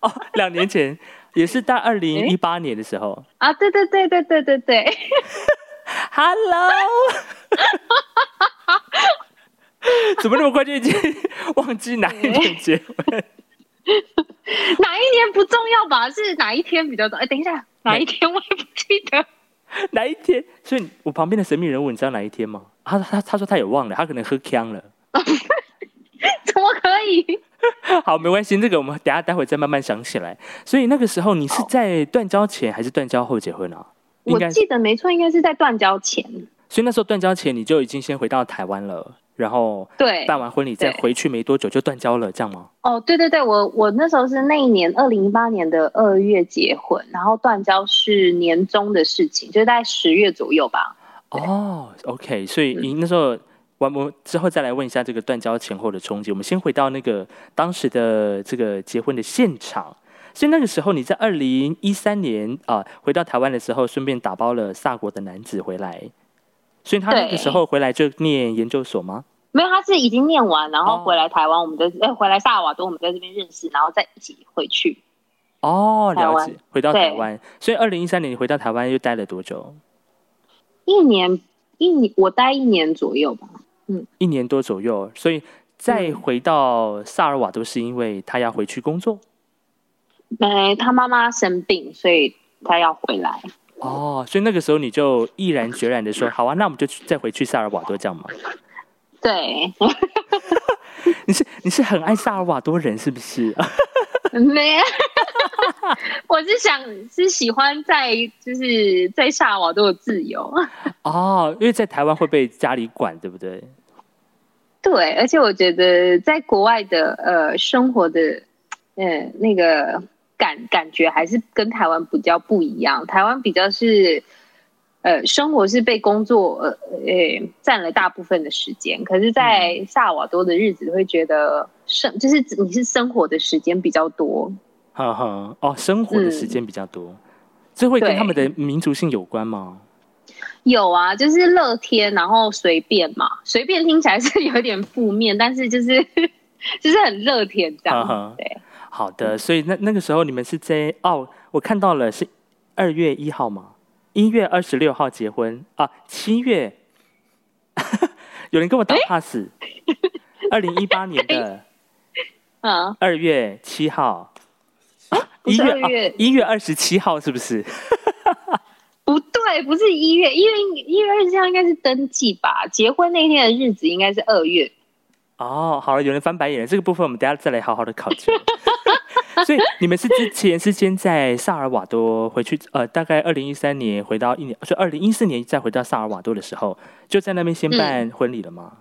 Speaker 1: 哦，两年前也是在二零一八年的时候。
Speaker 2: 啊，对对对对对对 对，
Speaker 1: Hello，怎么那么快就已经忘记哪一年结婚？
Speaker 2: 哪一年不重要吧？是哪一天比较重要？哎，等一下，哪一天我也不记得。
Speaker 1: 哪一天？所以我旁边的神秘人物，你知道哪一天吗？他他他说他也忘了，他可能喝呛了。
Speaker 2: 怎么可以？
Speaker 1: 好，没关系，这个我们等一下待会再慢慢想起来。所以那个时候你是在断交前还是断交后结婚啊？应
Speaker 2: 我
Speaker 1: 该，所
Speaker 2: 记得没错，应该是在断交前。
Speaker 1: 以那时候断交前你就已经先回到台湾了，然后
Speaker 2: 对，
Speaker 1: 办完婚礼再
Speaker 2: 对
Speaker 1: 回去没多久就断交了，这样吗？
Speaker 2: 哦，对对对，我我那时候是那一年二零一八年的二月结婚，然后断交是年中的事情，就是大概十月左右吧。
Speaker 1: 哦，OK，所以
Speaker 2: 嗯
Speaker 1: 你那时候，我们之后再来问一下这个断交前后的冲击。我们先回到那个当时的这个结婚的现场。所以那个时候你在二零一三年啊、回到台湾的时候，顺便打包了萨国的男子回来。所以他那个
Speaker 2: 对
Speaker 1: 时候回来就念研究所吗？
Speaker 2: 没有，他是已经念完，然
Speaker 1: 哦
Speaker 2: 后回来台湾，我们在哎、回来萨尔瓦多，我们在这边认识，然后再一起回去。
Speaker 1: 哦，
Speaker 2: 台
Speaker 1: 了
Speaker 2: 湾
Speaker 1: 解，回到台
Speaker 2: 对
Speaker 1: 湾。所以二零一三年你回到台湾又待了多久？
Speaker 2: 一年一年，我待一年左右吧。
Speaker 1: 一年多左右。所以
Speaker 2: 嗯
Speaker 1: 再回到萨尔瓦多是因为他要回去工作。
Speaker 2: 哎，他妈妈生病，所以他要回来。
Speaker 1: 哦，所以那个时候你就毅然决然的说，好啊，那我们就去再回去萨尔瓦多，这样吗？
Speaker 2: 对，
Speaker 1: 你是你是很爱萨尔瓦多人是不是？
Speaker 2: 没， 我是想是喜欢在就是在萨尔瓦多的自由。
Speaker 1: 哦，因为在台湾会被家里管，对不对？
Speaker 2: 对，而且我觉得在国外的呃生活的呃那个感感觉还是跟台湾比较不一样，台湾比较是。呃，生活是被工作呃呃占了大部分的时间，可是，在萨尔瓦多的日子会觉得生就是你是生活的时间比较多，
Speaker 1: 呵呵，哦，生活的时间比较多，这会跟
Speaker 2: 对
Speaker 1: 他们的民族性有关吗？
Speaker 2: 有啊，就是乐天，然后随便嘛，随便听起来是 有点负面，但是就是 就是很乐天这样。
Speaker 1: 嗯哼
Speaker 2: 对，
Speaker 1: 好的，所以那那个时候你们是在哦，我看到了是二月一号吗？一月二十六号结婚啊，七月， 有人跟我打 pass，二零一八年的。
Speaker 2: 嗯，
Speaker 1: 二月七号，
Speaker 2: 不是
Speaker 1: 1
Speaker 2: 二月
Speaker 1: 啊1月二十七号是不是？
Speaker 2: 不对，不是一月，一月一月二十号应该是登记吧？结婚那天的日子应该是二月。
Speaker 1: 哦，好了，有人翻白眼了，这个部分我们等一下再来好好的考 究。所以你们是之前是先在萨尔瓦多回去，呃，大概二零一三年回到一年，就二零一四年再回到萨尔瓦多的时候，就在那边先办婚礼了吗？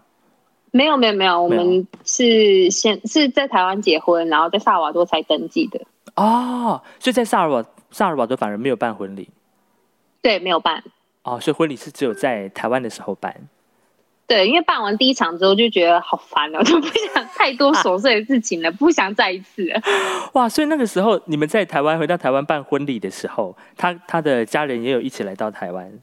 Speaker 2: 没有没有没有，我
Speaker 1: 没有
Speaker 2: 们是先是在台湾结婚，然后在萨尔瓦多才登记的。
Speaker 1: 哦，所以在萨尔瓦萨尔瓦多反而没有办婚礼
Speaker 2: 对，没有办。
Speaker 1: 哦，所以婚礼是只有在台湾的时候办。
Speaker 2: 对，因为办完第一场之后就觉得好烦哦， 就不想太多
Speaker 1: 啊
Speaker 2: 琐碎的事情了，不想再一次了。
Speaker 1: 哇，所以那个时候你们在台湾回到台湾办婚礼的时候，他他的家人也有一起来到台湾。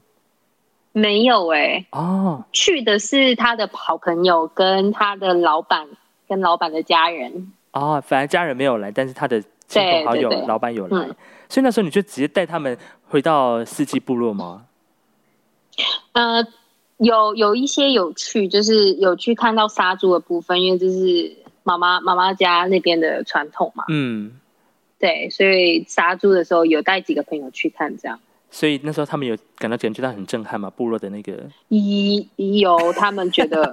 Speaker 2: 没有哎、
Speaker 1: 哦，
Speaker 2: 去的是他的好朋友跟他的老板跟老板的家人，
Speaker 1: 哦，反正家人没有来，但是他的亲朋好友、
Speaker 2: 对对对
Speaker 1: 老板有来，
Speaker 2: 嗯
Speaker 1: 所以那时候你就直接带他们回到四季部落吗？
Speaker 2: 呃，有有一些有去，就是有去看到杀猪的部分，因为这是妈妈妈妈家那边的传统嘛，
Speaker 1: 嗯，
Speaker 2: 对，所以杀猪的时候有带几个朋友去看，这样。
Speaker 1: 所以那时候他们有感到感觉到很震撼吗？部落的那个
Speaker 2: 一有哦他们觉得，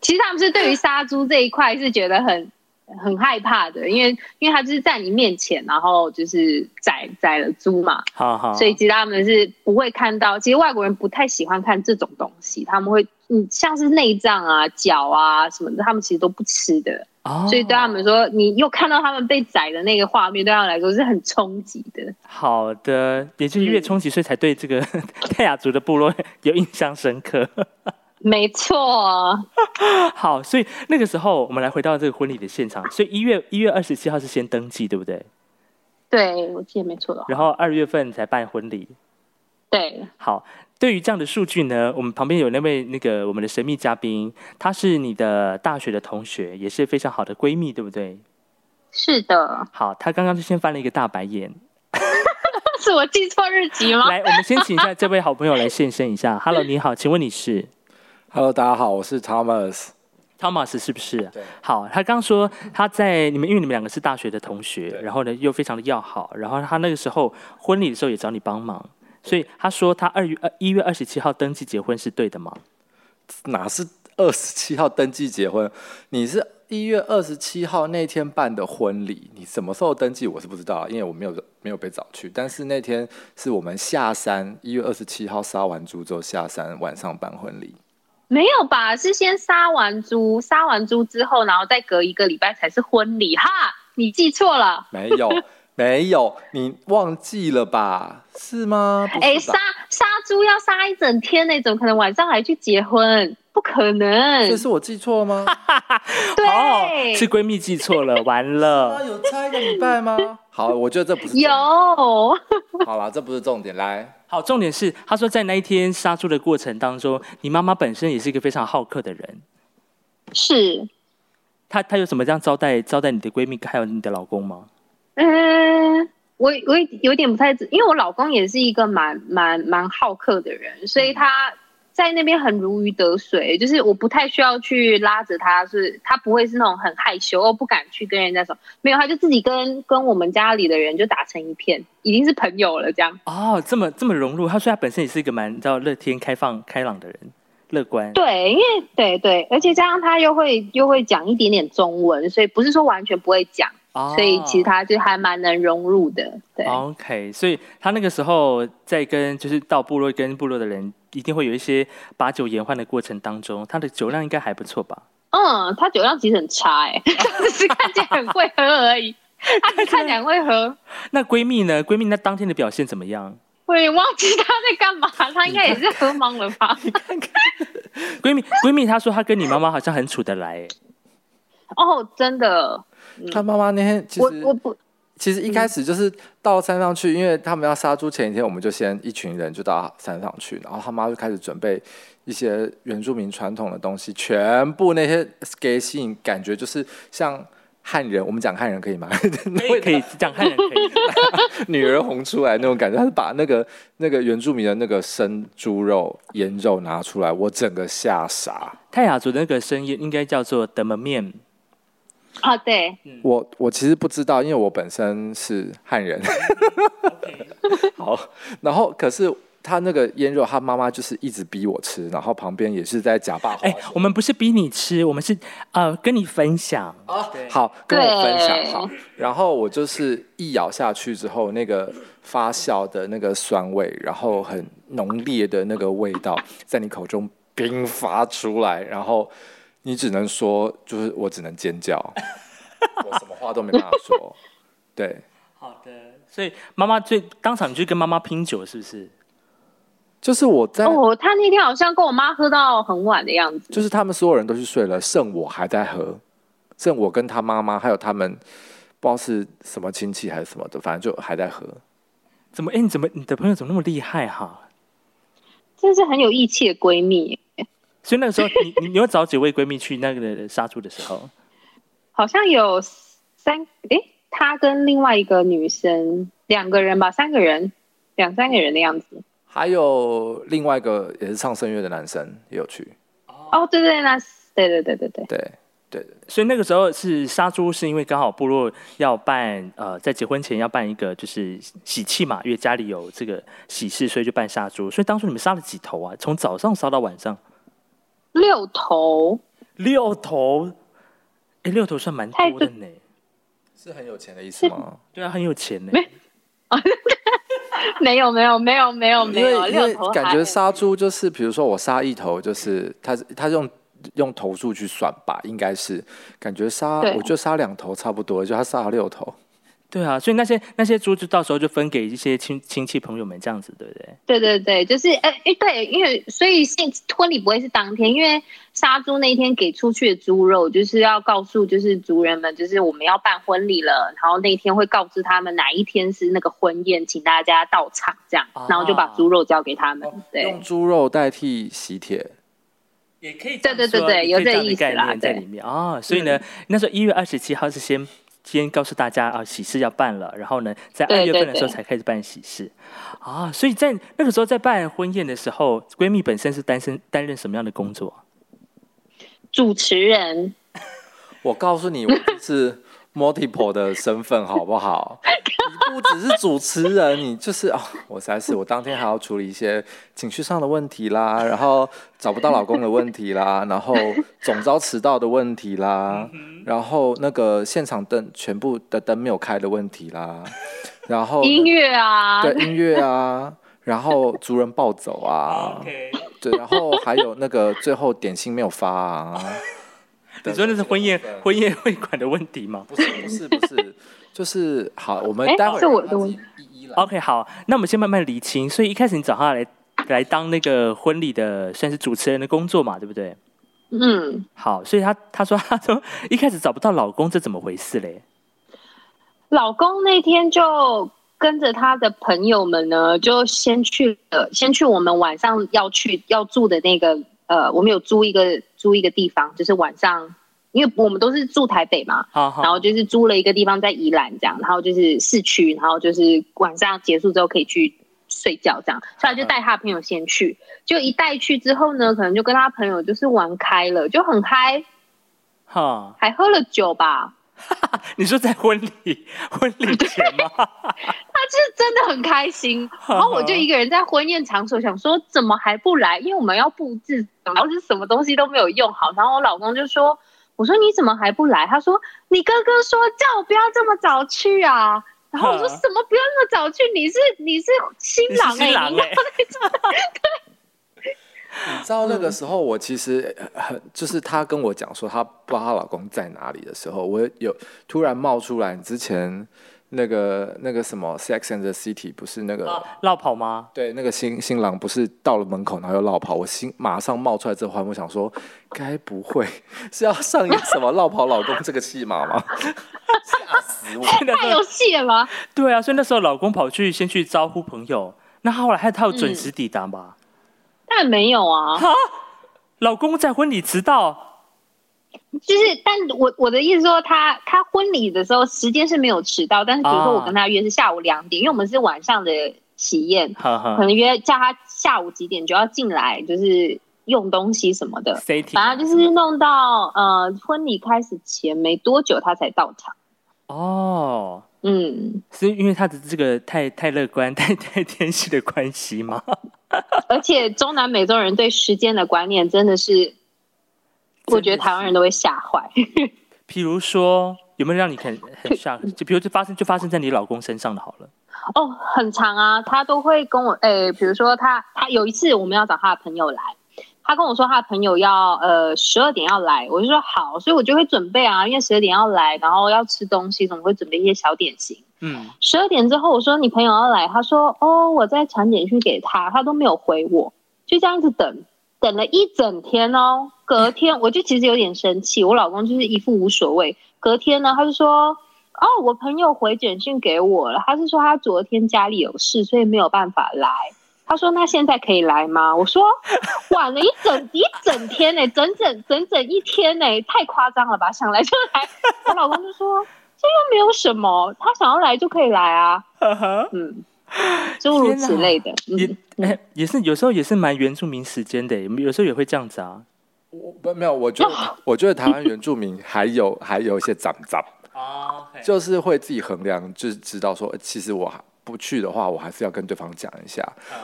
Speaker 2: 其实他们是对于杀猪这一块是觉得很很害怕的，因为因为他就是在你面前，然后就是宰宰了猪嘛，
Speaker 1: 好好，
Speaker 2: 所以其实他们是不会看到。其实外国人不太喜欢看这种东西，他们会嗯像是内脏啊、脚啊什么的，他们其实都不吃的。
Speaker 1: 哦，
Speaker 2: 所以对他们来说，你又看到他们被宰的那个画面，对他们来说是很冲击的。
Speaker 1: 好的，也就是因为
Speaker 2: 嗯
Speaker 1: 冲击，所以才对这个 泰雅族的部落有印象深刻。
Speaker 2: 没错，
Speaker 1: 好，所以那个时候我们来回到这个婚礼的现场，所以一月一月二十七号是先登记，对不对？
Speaker 2: 对我记得没错的话，
Speaker 1: 然后二月份才办婚礼。
Speaker 2: 对，
Speaker 1: 好，对于这样的数据呢，我们旁边有那位那个我们的神秘嘉宾，她是你的大学的同学，也是非常好的闺蜜，对不对？
Speaker 2: 是的。
Speaker 1: 好，她刚刚就先翻了一个大白眼。
Speaker 2: 是我记错日期吗？
Speaker 1: 来，我们先请一下这位好朋友来现身一下。Hello，你好，请问你是
Speaker 3: Hello，大家好，我是 Thomas。
Speaker 1: Thomas 是不是？
Speaker 3: 对
Speaker 1: 好，他刚说他在你们，因为你们两个是大学的同学，
Speaker 3: 对
Speaker 1: 然后呢又非常的要好，然后他那个时候婚礼的时候也找你帮忙，所以他说他二月二一月二十七号登记结婚是对的吗？
Speaker 3: 哪是二十七号登记结婚？你是一月二十七号那天办的婚礼，你什么时候登记我是不知道啊，因为我没有没有被找去。但是那天是我们下山，一月二十七号杀完猪之后下山，晚上办婚礼。
Speaker 2: 没有吧？是先杀完猪，杀完猪之后，然后再隔一个礼拜才是婚礼哈。你记错了，
Speaker 3: 没有，没有，你忘记了吧？是吗？不
Speaker 2: 哎，
Speaker 3: 是
Speaker 2: 杀
Speaker 3: 吧？
Speaker 2: 杀猪要杀一整天呢，怎么可能晚上还去结婚？不可能
Speaker 3: 这，是我记错了 吗？
Speaker 2: 对，
Speaker 1: 哦，是闺蜜记错了，完了
Speaker 3: 啊，。有差一个礼拜吗？好，我觉得这不是重点。
Speaker 2: 有，
Speaker 3: 好啦，这不是重点，来。
Speaker 1: 好，重点是他说在那一天杀猪的过程当中，你妈妈本身也是一个非常好客的人，
Speaker 2: 是，
Speaker 1: 她她有怎么这样招待招待你的闺蜜还有你的老公吗？
Speaker 2: 嗯、我我有点不太知，因为我老公也是一个蛮蛮蛮好客的人，所以
Speaker 3: 嗯
Speaker 2: 他在那边很如鱼得水，就是我不太需要去拉着他，是他不会是那种很害羞哦不敢去跟人家什么，没有，他就自己跟跟我们家里的人就打成一片，已经是朋友了这样。
Speaker 1: 哦，这么这么融入，他说他本身也是一个蛮你知道乐天、开放、开朗的人，乐观。
Speaker 2: 对，因为对对，而且加上他又会又会讲一点点中文，所以不是说完全不会讲，
Speaker 1: 哦
Speaker 2: 所以其实他就还蛮能融入的。对，
Speaker 1: OK，所以他那个时候在跟就是到部落跟部落的人，一定会有一些把酒言欢的过程当中，他的酒量应该还不错吧？
Speaker 2: 嗯，他酒量其实很差哎、 只是看起来很会喝而已。他只是看起来很会喝，
Speaker 1: 那闺蜜呢？闺蜜那当天的表现怎么样？
Speaker 2: 我也忘记他在干嘛。他应该也是喝懵了吧？
Speaker 1: 闺蜜闺蜜她说她跟你妈妈好像很处得来、欸，
Speaker 2: 哦，真的，
Speaker 3: 他妈妈那天其实
Speaker 2: 嗯我我不
Speaker 3: 其实一开始就是到山上去，因为他们要杀猪前一天，我们就先一群人就到山上去，然后他妈就开始准备一些原住民传统的东西，全部那些给信感觉就是像汉人，我们讲汉人可以吗？
Speaker 1: 可哎以可以讲汉人可以。
Speaker 3: 女儿红出来那种感觉，他是把那个那个原住民的那个生猪肉、腌肉拿出来，我整个吓傻。
Speaker 1: 泰雅族的那个声音应该叫做德门面，
Speaker 2: 啊，对，
Speaker 3: 我我其实不知道，因为我本身是汉人。 好，然后可是他那个腌肉，他妈妈就是一直逼我吃，然后旁边也是在假霸
Speaker 1: 哎、
Speaker 3: 哎，
Speaker 1: 我们不是逼你吃，我们是呃跟你分享。
Speaker 3: 好，跟我分享
Speaker 2: 对
Speaker 3: 好。然后我就是一咬下去之后，那个发酵的那个酸味，然后很浓烈的那个味道，在你口中迸发出来，然后你只能说，就是我只能尖叫，我什么话都没办法 说。对，
Speaker 1: 好的，所以妈妈最当场你就跟妈妈拼酒，是不是？
Speaker 3: 就是我在
Speaker 2: 哦，他那天好像跟我妈喝到很晚的样子。
Speaker 3: 就是他们所有人都去睡了，剩我还在喝，剩我跟他妈妈还有他们，不知道是什么亲戚还是什么的，反正就还在喝。
Speaker 1: 怎么？哎，你怎么你的朋友怎么那么厉害哈、
Speaker 2: 真是很有义气的闺蜜。
Speaker 1: 所以那个时候，你你你有找几位闺蜜去那个杀猪的时候？
Speaker 2: 好像有三诶，她跟另外一个女生两个人吧，三个人，两三个人的样子。
Speaker 3: 还有另外一个也是唱声乐的男生也有去，
Speaker 2: 哦，对对，那对对对对对，
Speaker 3: 对对对
Speaker 1: 所以那个时候是杀猪，是因为刚好部落要办呃，在结婚前要办一个就是喜气嘛，因为家里有这个喜事，所以就办杀猪。所以当初你们杀了几头啊？从早上杀到晚上，
Speaker 2: 六头
Speaker 1: 六头，哎，六头算蛮多的呢。
Speaker 3: 是很有钱的意思吗？
Speaker 1: 对啊，很有钱呢。
Speaker 2: 没有没有没有没有没
Speaker 3: 因
Speaker 2: 有
Speaker 3: 为因
Speaker 2: 六
Speaker 3: 为
Speaker 2: 头还，
Speaker 3: 感觉杀猪就是，比如说我杀一头，就是他他用用头数去算吧，应该是感觉杀
Speaker 2: 对
Speaker 3: 我就杀两头差不多了，就他杀了六头。
Speaker 1: 对啊，所以那些那些猪就到时候就分给一些亲亲戚朋友们这样子，对不对？
Speaker 2: 对对对，就是哎哎、对，因为所以现婚礼不会是当天，因为杀猪那一天给出去的猪肉，就是要告诉就是族人们，就是我们要办婚礼了，然后那一天会告知他们哪一天是那个婚宴，请大家到场这样
Speaker 1: 啊，
Speaker 2: 然后就把猪肉交给他们。对
Speaker 3: 用，猪肉代替喜帖，
Speaker 1: 也啊可以
Speaker 2: 这样对对对说对也有可以这这样的意思概啦
Speaker 1: 概念
Speaker 2: 念在
Speaker 1: 在
Speaker 2: 对里嗯
Speaker 1: 里面啊、所以呢，那时候一月二十七号是先先告诉大家啊，喜事要办了，然后呢，在二
Speaker 2: 对
Speaker 1: 月
Speaker 2: 对
Speaker 1: 份的时候
Speaker 2: 对
Speaker 1: 才开始办喜事啊。所以在那个时候在办婚宴的时候，闺蜜本身是单身担任什么样的工作？
Speaker 2: 主持人，
Speaker 3: 我告诉你，我是 multiple 的身份，好不好？你不只是主持人，你就是哦，我实在是我当天还要处理一些情绪上的问题啦，然后找不到老公的问题啦，然后总招迟到的问题啦，
Speaker 2: 嗯
Speaker 3: 然后那个现场灯全部的灯没有开的问题啦，然后
Speaker 2: 音乐啊，
Speaker 3: 哦对音乐啊，然后族人暴走啊，对，然后还有那个最后点心没有发啊。
Speaker 1: 你说那是婚宴
Speaker 3: 对对
Speaker 1: 婚宴会馆的问题吗
Speaker 3: 不是不是不是，就是好，我们
Speaker 2: 哎
Speaker 3: 待会儿
Speaker 2: 是我
Speaker 3: 让
Speaker 2: 的
Speaker 3: 他
Speaker 2: 问
Speaker 3: 自己一一来。
Speaker 1: ？OK，好，那我们先慢慢理清。所以一开始你找她来来当那个婚礼的算是主持人的工作嘛，对不对？
Speaker 2: 嗯。
Speaker 1: 好，所以她她说她说 一开始找不到老公，这怎么回事嘞？
Speaker 2: 老公那天就跟着他的朋友们呢，就先去了，先去我们晚上要去要住的那个呃，我们有租一个租一个地方，就是晚上，因为我们都是住台北嘛，
Speaker 1: 好好，
Speaker 2: 然后就是租了一个地方在宜兰这样，然后就是市区，然后就是晚上结束之后可以去睡觉这样，所以他就带他朋友先去，就一带去之后呢，可能就跟他朋友就是玩开了，就很嗨，
Speaker 1: 哈，
Speaker 2: 还喝了酒吧，
Speaker 1: 你说在婚礼婚礼前吗？
Speaker 2: 他就是真的很 开心，然后我就一个人在婚宴场所，想说怎么还不来？因为我们要布置，然后是什么东西都没有用好。然后我老公就说：“我说你怎么还不来？”他说：“你哥哥说叫我不要这么早去啊。”然后我说：“
Speaker 1: 嗯
Speaker 2: 什么不要那么早去？你是你是新
Speaker 1: 你
Speaker 2: 郎
Speaker 1: 是
Speaker 2: 哎、
Speaker 1: 新
Speaker 2: 欸，
Speaker 1: 郎
Speaker 2: 你
Speaker 1: 哎、
Speaker 3: 你知道
Speaker 2: 嗯
Speaker 3: 那个时候，我其实呃很就是她跟我讲说她不知道她老公在哪里的时候，我有突然冒出来你之前那个那个什么《Sex and the City》不是 那个、
Speaker 2: 哦
Speaker 1: 啊绕跑吗？
Speaker 3: 对那个新新郎不是到了门口然后又绕跑，我心马上冒出来这话，我想说该不会是要上演什么绕跑老公这个戏码吗？吓死我！
Speaker 1: 那
Speaker 2: 太
Speaker 1: 时候
Speaker 2: 哎有戏了吧？
Speaker 1: 对啊，所以那时候老公跑去先去招呼朋友，那后来他他有准
Speaker 2: 嗯
Speaker 1: 时抵达吧？
Speaker 2: 但没有啊。”
Speaker 1: 老公在婚礼迟到，
Speaker 2: 就是，但我我的意思说他，他婚礼的时候时间是没有迟到，但是比
Speaker 1: 啊
Speaker 2: 如说我跟他约是下午两点，因为我们是晚上的喜宴，
Speaker 1: 呵呵
Speaker 2: 可能约叫他下午几点就要进来，就是用东西什么的，
Speaker 1: ，C T，
Speaker 2: 反正就是弄到呃婚礼开始前没多久他才到场。
Speaker 1: 哦。
Speaker 2: 嗯，
Speaker 1: 是因为他的这个太太乐观、太太天使的关系吗？
Speaker 2: 而且中南美洲人对时间的观念真的是，我觉得台湾人都会吓坏。
Speaker 1: 比如说，有没有让你很很 shock？就比如就发生就发生在你老公身上的好了。
Speaker 2: 哦，很长啊，他都会跟我，诶、比如说他，他有一次我们要找他的朋友来，他跟我说他的朋友要呃十二点要来，我就说好，所以我就会准备啊，因为十二点要来，然后要吃东西，总会准备一些小点心。
Speaker 1: 嗯，
Speaker 2: 十二点之后，我说你朋友要来，他说哦，我在传简讯给他，他都没有回我，就这样子等，等了一整天哦。隔天 我就其实有点生气，我老公就是一副无所谓。隔天呢，他就说哦，我朋友回简讯给我了，他是说他昨天家里有事，所以没有办法来。他说那现在可以来吗？我说 晚了一整一整天呢、整整整整一天呢、太夸张了吧？想来就来。我老公就说这又没有什么，他想要来就可以来啊，
Speaker 1: 呵呵
Speaker 2: 嗯，诸如此类的。
Speaker 1: 也
Speaker 2: 嗯，
Speaker 1: 哎、也是有时候也是蛮原住民时间的，有时候也会这样子啊。
Speaker 3: 我不没有，我觉得 我觉得台湾原住民还有还有一些长长，
Speaker 1: 哦，
Speaker 3: 就是会自己衡量，就是知道说，呃其实我还不去的话，我还是要跟对方讲一下。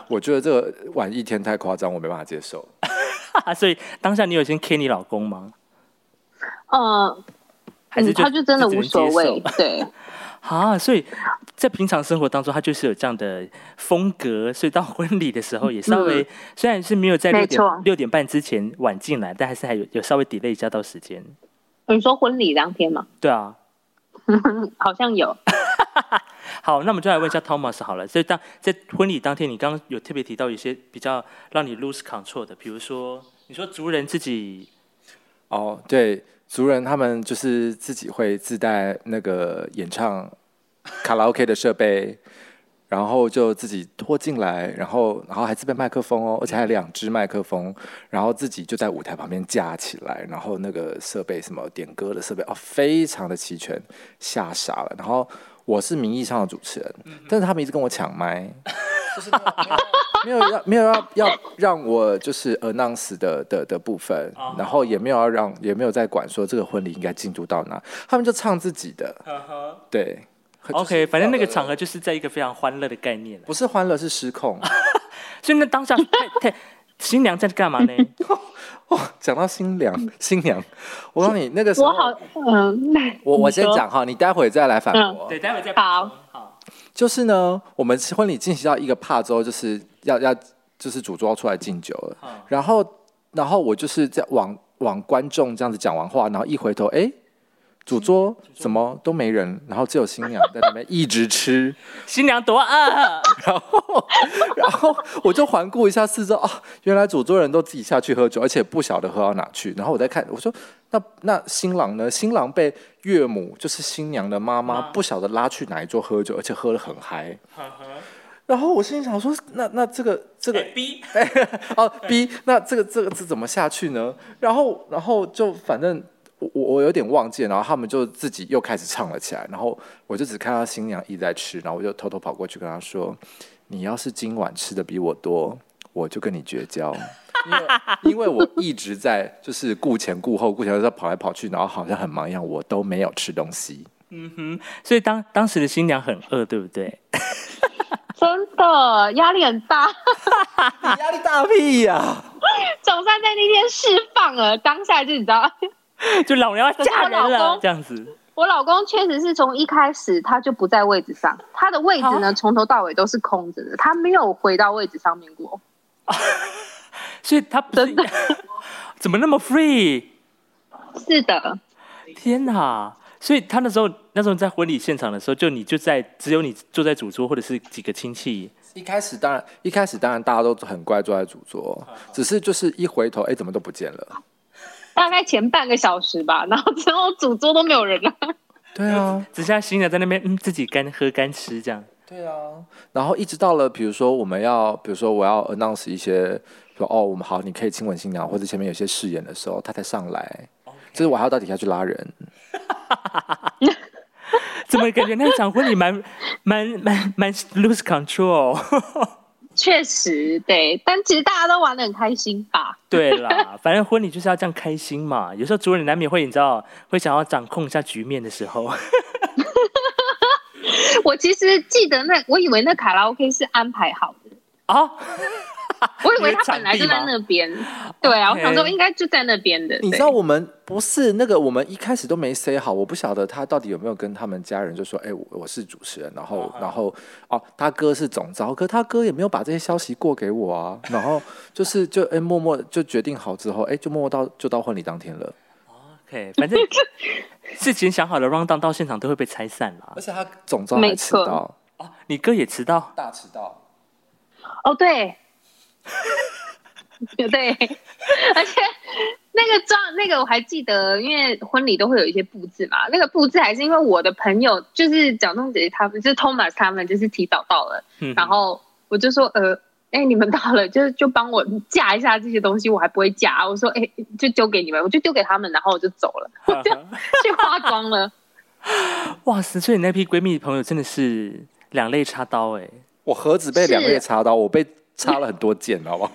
Speaker 3: 我觉得这个晚一天太夸张，我没办法接受。
Speaker 1: 啊所以当下你有先 K 你老公吗？
Speaker 2: 呃，
Speaker 1: 还是
Speaker 2: 嗯，
Speaker 1: 就
Speaker 2: 他就真的
Speaker 1: 就只
Speaker 2: 无
Speaker 1: 能
Speaker 2: 所谓
Speaker 1: 接受，
Speaker 2: 对。哦
Speaker 1: 啊，所以在平常生活当中，他就是有这样的风格，所以到婚礼的时候也稍微，虽然是没有在六
Speaker 2: 嗯没
Speaker 1: 点
Speaker 2: 错
Speaker 1: 六点半之前晚进来，但还是还有有稍微 delay 一下到时间。
Speaker 2: 你说婚礼当天吗？
Speaker 1: 对啊，
Speaker 2: 好像 有。
Speaker 1: 好，那我们就来问一下 Thomas 好了。所以当在婚礼当天，你刚刚有特别提到一些比较让你 lose control 的，比如说你说族人自己
Speaker 3: 哦，对，族人他们就是自己会自带那个演唱卡拉 OK 的设备，然后就自己拖进来，然后然后还自备麦克风哦，而且还有两只麦克风，然后自己就在舞台旁边架起来，然后那个设备什么点歌的设备哦，非常的齐全，吓傻了。然后我是名义上的主持人，但是他们一直跟我抢麦。嗯就是没有没有要没有要要让我就是 announce 的的的部分，然后也没有要让也没有在管说这个婚礼应该进度到哪，他们就唱自己的，对就是
Speaker 1: OK，反正那个场合就是在一个非常欢乐的概念了。
Speaker 3: 不是欢乐是失控。
Speaker 1: 所以那当下 太太新娘在干嘛呢？
Speaker 3: 讲到新娘新娘，我告诉你那个时候
Speaker 2: 嗯我好，嗯，
Speaker 3: 我我
Speaker 2: 你说嗯
Speaker 3: 先讲哈，你待会再来反驳。
Speaker 1: 对，待会再
Speaker 2: 好
Speaker 1: 补充好，
Speaker 3: 就是呢，我们婚礼进行到一个帕之后，就是要要就是主桌要出来敬酒了，
Speaker 1: 嗯
Speaker 3: 然后然后我就是在往往观众这样子讲完话，然后一回头，哎，主桌怎么都没人，然后只有新娘在那边一直吃，
Speaker 1: 新娘多饿。
Speaker 3: 然后我就环顾一下四周，哦，原来主桌人都自己下去喝酒，而且不晓得喝到哪去。然后我在看，我说那那新郎呢？新郎被岳母，就是新娘的妈妈，
Speaker 1: 妈
Speaker 3: 不晓得拉去哪一桌喝酒，而且喝得很嗨。然后我心里想说，那那这个这个
Speaker 1: B
Speaker 3: 哦 B，那这个这个这怎么下去呢？然后然后就反正我我我有点忘记了，然后他们就自己又开始唱了起来，然后我就只看到新娘一直在吃，然后我就偷偷跑过去跟她说：“你要是今晚吃的比我多，我就跟你绝交。”因为因为我一直在就是顾前顾后，顾前顾后跑来跑去，然后好像很忙一样，我都没有吃东西。
Speaker 1: 所以当当时的新娘很饿，对不 对？
Speaker 2: 真的压力很 大。
Speaker 3: 你压力大屁呀、
Speaker 2: 总算在那天释放了，当下就你知道，
Speaker 1: 就老娘要嫁人
Speaker 2: 可是我老
Speaker 1: 了，
Speaker 2: 公
Speaker 1: 这样子。
Speaker 2: 我老公确实是从一开始他就不在位置上，他的位置呢从头到尾都是空着的，他没有回到位置上面过。
Speaker 1: 所以她不是 怎么那么 free？
Speaker 2: 是的，
Speaker 1: 天哪！所以她那时候那时候在婚礼现场的时候，就你就在只有你坐在主桌或者是几个亲戚，
Speaker 3: 一开始当然，一开始当然大家都很乖，坐在主桌，只是就是一回头，哎，怎么都不见了？
Speaker 2: 大概前半个小时吧， 然后之后主桌都没有人了。
Speaker 3: 对啊，
Speaker 1: 只剩下新娘在那边嗯自己干喝干吃这样。
Speaker 3: 对啊。然后一直到了，比如说我们要，比如说我要 announce 一些，说哦，我们好，你可以亲吻新娘，或者前面有些誓言的时候，他才上来。就是我还要到底下去拉人，
Speaker 1: 怎么感觉那场婚礼蛮 蛮蛮蛮 lose control？
Speaker 2: 确实，对，但其实大家都玩的很开心吧？
Speaker 1: 对啦，反正婚礼就是要这样开心嘛。有时候主人难免会你知道会想要掌控一下局面的时候，
Speaker 2: 我其实记得那，我以为那卡拉 OK 是安排好的。
Speaker 1: 啊，
Speaker 2: 我以为他本来就在那边，对啊，我
Speaker 1: OK
Speaker 2: 想说应该就在那边的。
Speaker 3: 你
Speaker 2: 对
Speaker 3: 知道我们不是那个，我们一开始都没 say 好，我不晓得他到底有没有跟他们家人就说，哎、我我是主持人，然后然后哦，他哥是总招，可他哥也没有把这些消息过给我 啊，然后就是就哎、默默就决定好之后，哎、就默默到就到婚礼当天了，
Speaker 1: OK，反正事情想好了，round down 到现场都会被拆散啦
Speaker 3: 而。且他总招
Speaker 2: 没
Speaker 3: 还迟
Speaker 2: 错
Speaker 3: 到，
Speaker 1: 哦，你哥也迟到，
Speaker 3: 大迟到。
Speaker 2: 哦，对， 对，而且那个妆，那个我还记得，因为婚礼都会有一些布置嘛，那个布置还是因为我的朋友，就是蒋仲杰他们，就是 Thomas 他们，就是提早到了，
Speaker 1: 嗯哼
Speaker 2: 然后我就说，呃，哎、哎、你们到了，就是就帮我架一下这些东西，我还不会架。我说，哎、就丢给你们，我就丢给他们，然后我就走了，我这样去花光了。
Speaker 1: 哇塞！所以你那批闺蜜朋友真的是两肋插刀哎、
Speaker 3: 我盒子被
Speaker 2: 是
Speaker 3: 两肋插刀，我被插了很多剑，好不好？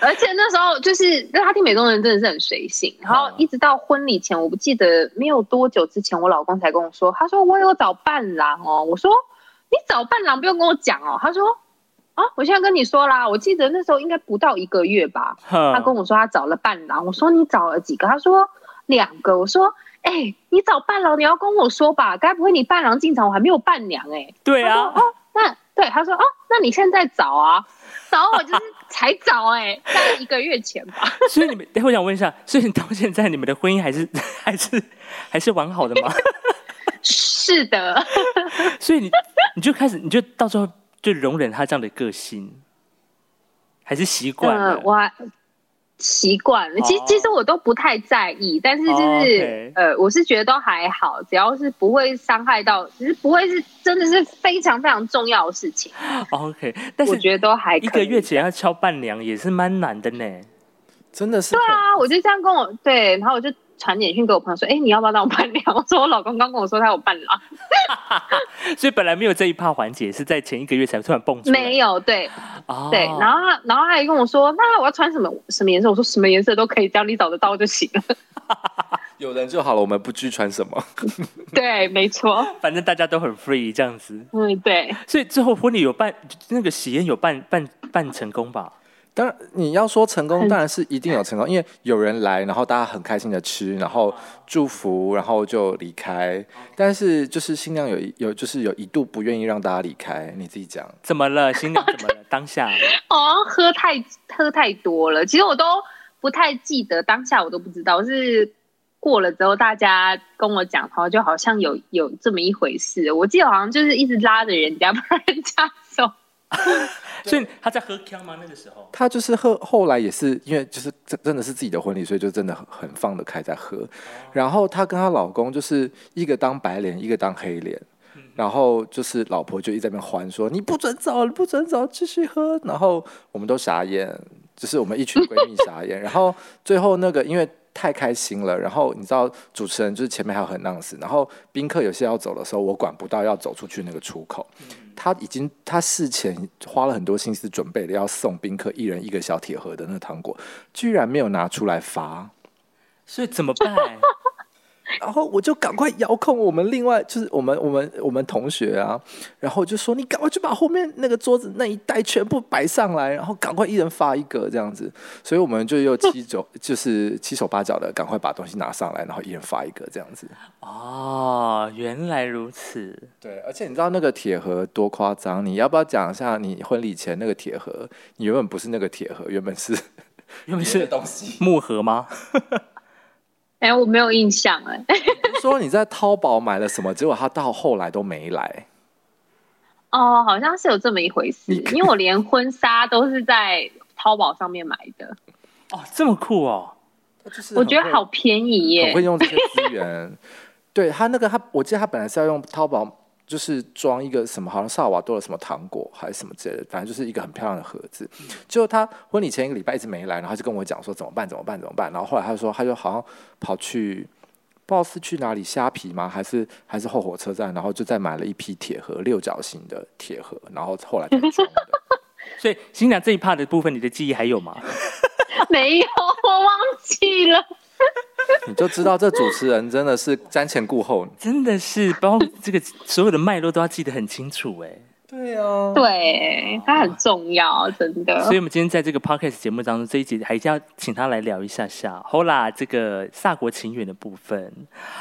Speaker 2: 而且那时候就是拉丁美洲人真的是很随性，然后一直到婚礼前，我不记得没有多久之前，我老公才跟我说，他说我有找伴郎哦，我说你找伴郎不用跟我讲哦，他说啊，我现在跟你说啦，我记得那时候应该不到一个月吧，他跟
Speaker 1: 哼，
Speaker 2: 我说他找了伴郎，我说你找了几个？他说两个，我说哎、你找伴郎你要跟我说吧，该不会你伴郎进场我还没有伴娘哎、
Speaker 1: 对
Speaker 2: 他
Speaker 1: 啊
Speaker 2: 说，哦，那对他说哦，那你现在找啊？然后我 就是才找哎、大概一个月前吧。
Speaker 1: 所以你们，等一下我想问一下，所以你到现在你们的婚姻还是 还是还是完好的吗？
Speaker 2: 是呃的，
Speaker 1: 所以你你就开始你就到最后就容忍他这样的个性，还是习惯了？
Speaker 2: 嗯，我还习惯了。其实
Speaker 1: 哦
Speaker 2: 其实我都不太在意，但是就
Speaker 1: 哦
Speaker 2: 是
Speaker 1: ，OK
Speaker 2: 呃，我是觉得都还好，只要是不会伤害到，只是不会是真的是非常非常重要的事情，
Speaker 1: OK，但
Speaker 2: 我
Speaker 1: 是
Speaker 2: 觉得都还可以
Speaker 1: 一个月前要敲伴娘也是蛮难的呢。
Speaker 3: 真的是
Speaker 2: 对啊，我就这样跟我对，然后我就传简讯给我朋友说，哎、你要不要当我伴娘？ 我说我老公刚跟我说他有伴郎。
Speaker 1: 所以本来没有这一趴环节，是在前一个月才突然蹦出来。
Speaker 2: 没有，对
Speaker 1: 哦
Speaker 2: 对，然后他，然后他还跟我说，那我要穿什么什么颜色？我说什么颜色都可以，只要你找得到就行了。
Speaker 3: 有人就好了，我们不拘传什 么。
Speaker 2: 对，没错，
Speaker 1: 反正大家都很 free 这样子，
Speaker 2: 嗯，对，
Speaker 1: 所以最后婚礼有办那个喜宴有办办办成功吧？
Speaker 3: 当然，你要说成功，当然是一定有成功，因为有人来，然后大家很开心的吃，然后祝福，然后就离开。但是就是新娘有一有就是有一度不愿意让大家离开，你自己讲。
Speaker 1: 怎么了，新娘怎么了？当 下
Speaker 2: 我好像哦喝太喝太多了，其实我都不太记得当下，我都不知道是。过了之后，大家跟我讲，然后就好像有有这么一回事。我记得好像就是一直拉着人家，不 让人家走。
Speaker 1: 所以他在喝 Q 吗？那个时候，
Speaker 3: 他就是后后来也是因为就是真真的是自己的婚礼，所以就真的很很放得开在喝。然后她跟她老公就是一个当白脸，一个当黑脸。然后就是老婆就一直在那边欢说你不准走，你不准走，继续喝。然后我们都傻眼，就是我们一群闺蜜傻眼。然后最后那个因为太开心了，然后你知道主持人就是前面还有很 nice，然后宾客有些要走的时候，我管不到要走出去那个出口，他已经他事前花了很多心思准备了要送宾客一人一个小铁盒的那个糖果，居然没有拿出来发。
Speaker 1: 所以怎么办？
Speaker 3: 然后我就赶快遥控我们另外就是我们我们我们同学啊，然后就说你赶快去把后面那个桌子那一带全部摆上来，然后赶快一人发一个这样子，所以我们就又七手就是七手八脚的赶快把东西拿上来，然后一人发一个这样子。
Speaker 1: 哦，原来如此。
Speaker 3: 对，而且你知道那个铁盒多夸张？你要不要讲一下你婚礼前那个铁盒？你原本不是那个铁盒，原本是
Speaker 1: 因为
Speaker 3: 别
Speaker 1: 是
Speaker 3: 的东西。
Speaker 1: 木盒吗？
Speaker 2: 哎、我没有印象哎、
Speaker 3: 说你在淘宝买了什么，结果他到后来都没来。
Speaker 2: 哦，好像是有这么一回事，因为我连婚纱都是在淘宝上面买的，
Speaker 1: 哦，这么酷哦！
Speaker 3: 他就是
Speaker 2: 我觉得
Speaker 3: 很会
Speaker 2: 好便宜
Speaker 3: 很会
Speaker 2: 耶。
Speaker 3: 用这些资源。对他那个他，我记得他本来是要用淘宝，就是装一个什么，好像萨尔瓦多的什么糖果还是什么之类的，反正就是一个很漂亮的盒子。结果他婚礼前一个礼拜一直没来，然后他就跟我讲说怎么办怎么办怎么办。然后后来他就说，他就好像跑去。不知道是去哪里虾皮吗？还是还是后火车站？然后就再买了一批铁盒，六角形的铁盒，然后后来才装的。
Speaker 1: 所以新娘这一趴的部分，你的记忆还有吗？
Speaker 2: 没有，我忘记了。
Speaker 3: 你就知道这主持人真的是瞻前顾后。
Speaker 1: 真的是，包括这个所有的脉络都要记得很清楚哎。
Speaker 3: 对啊，
Speaker 2: 对，它很重要，真的
Speaker 1: 所以，。我们今天在这个 podcast 节目当中，这一集还是要请他来聊一下下 Hola 这个萨国情缘的部分。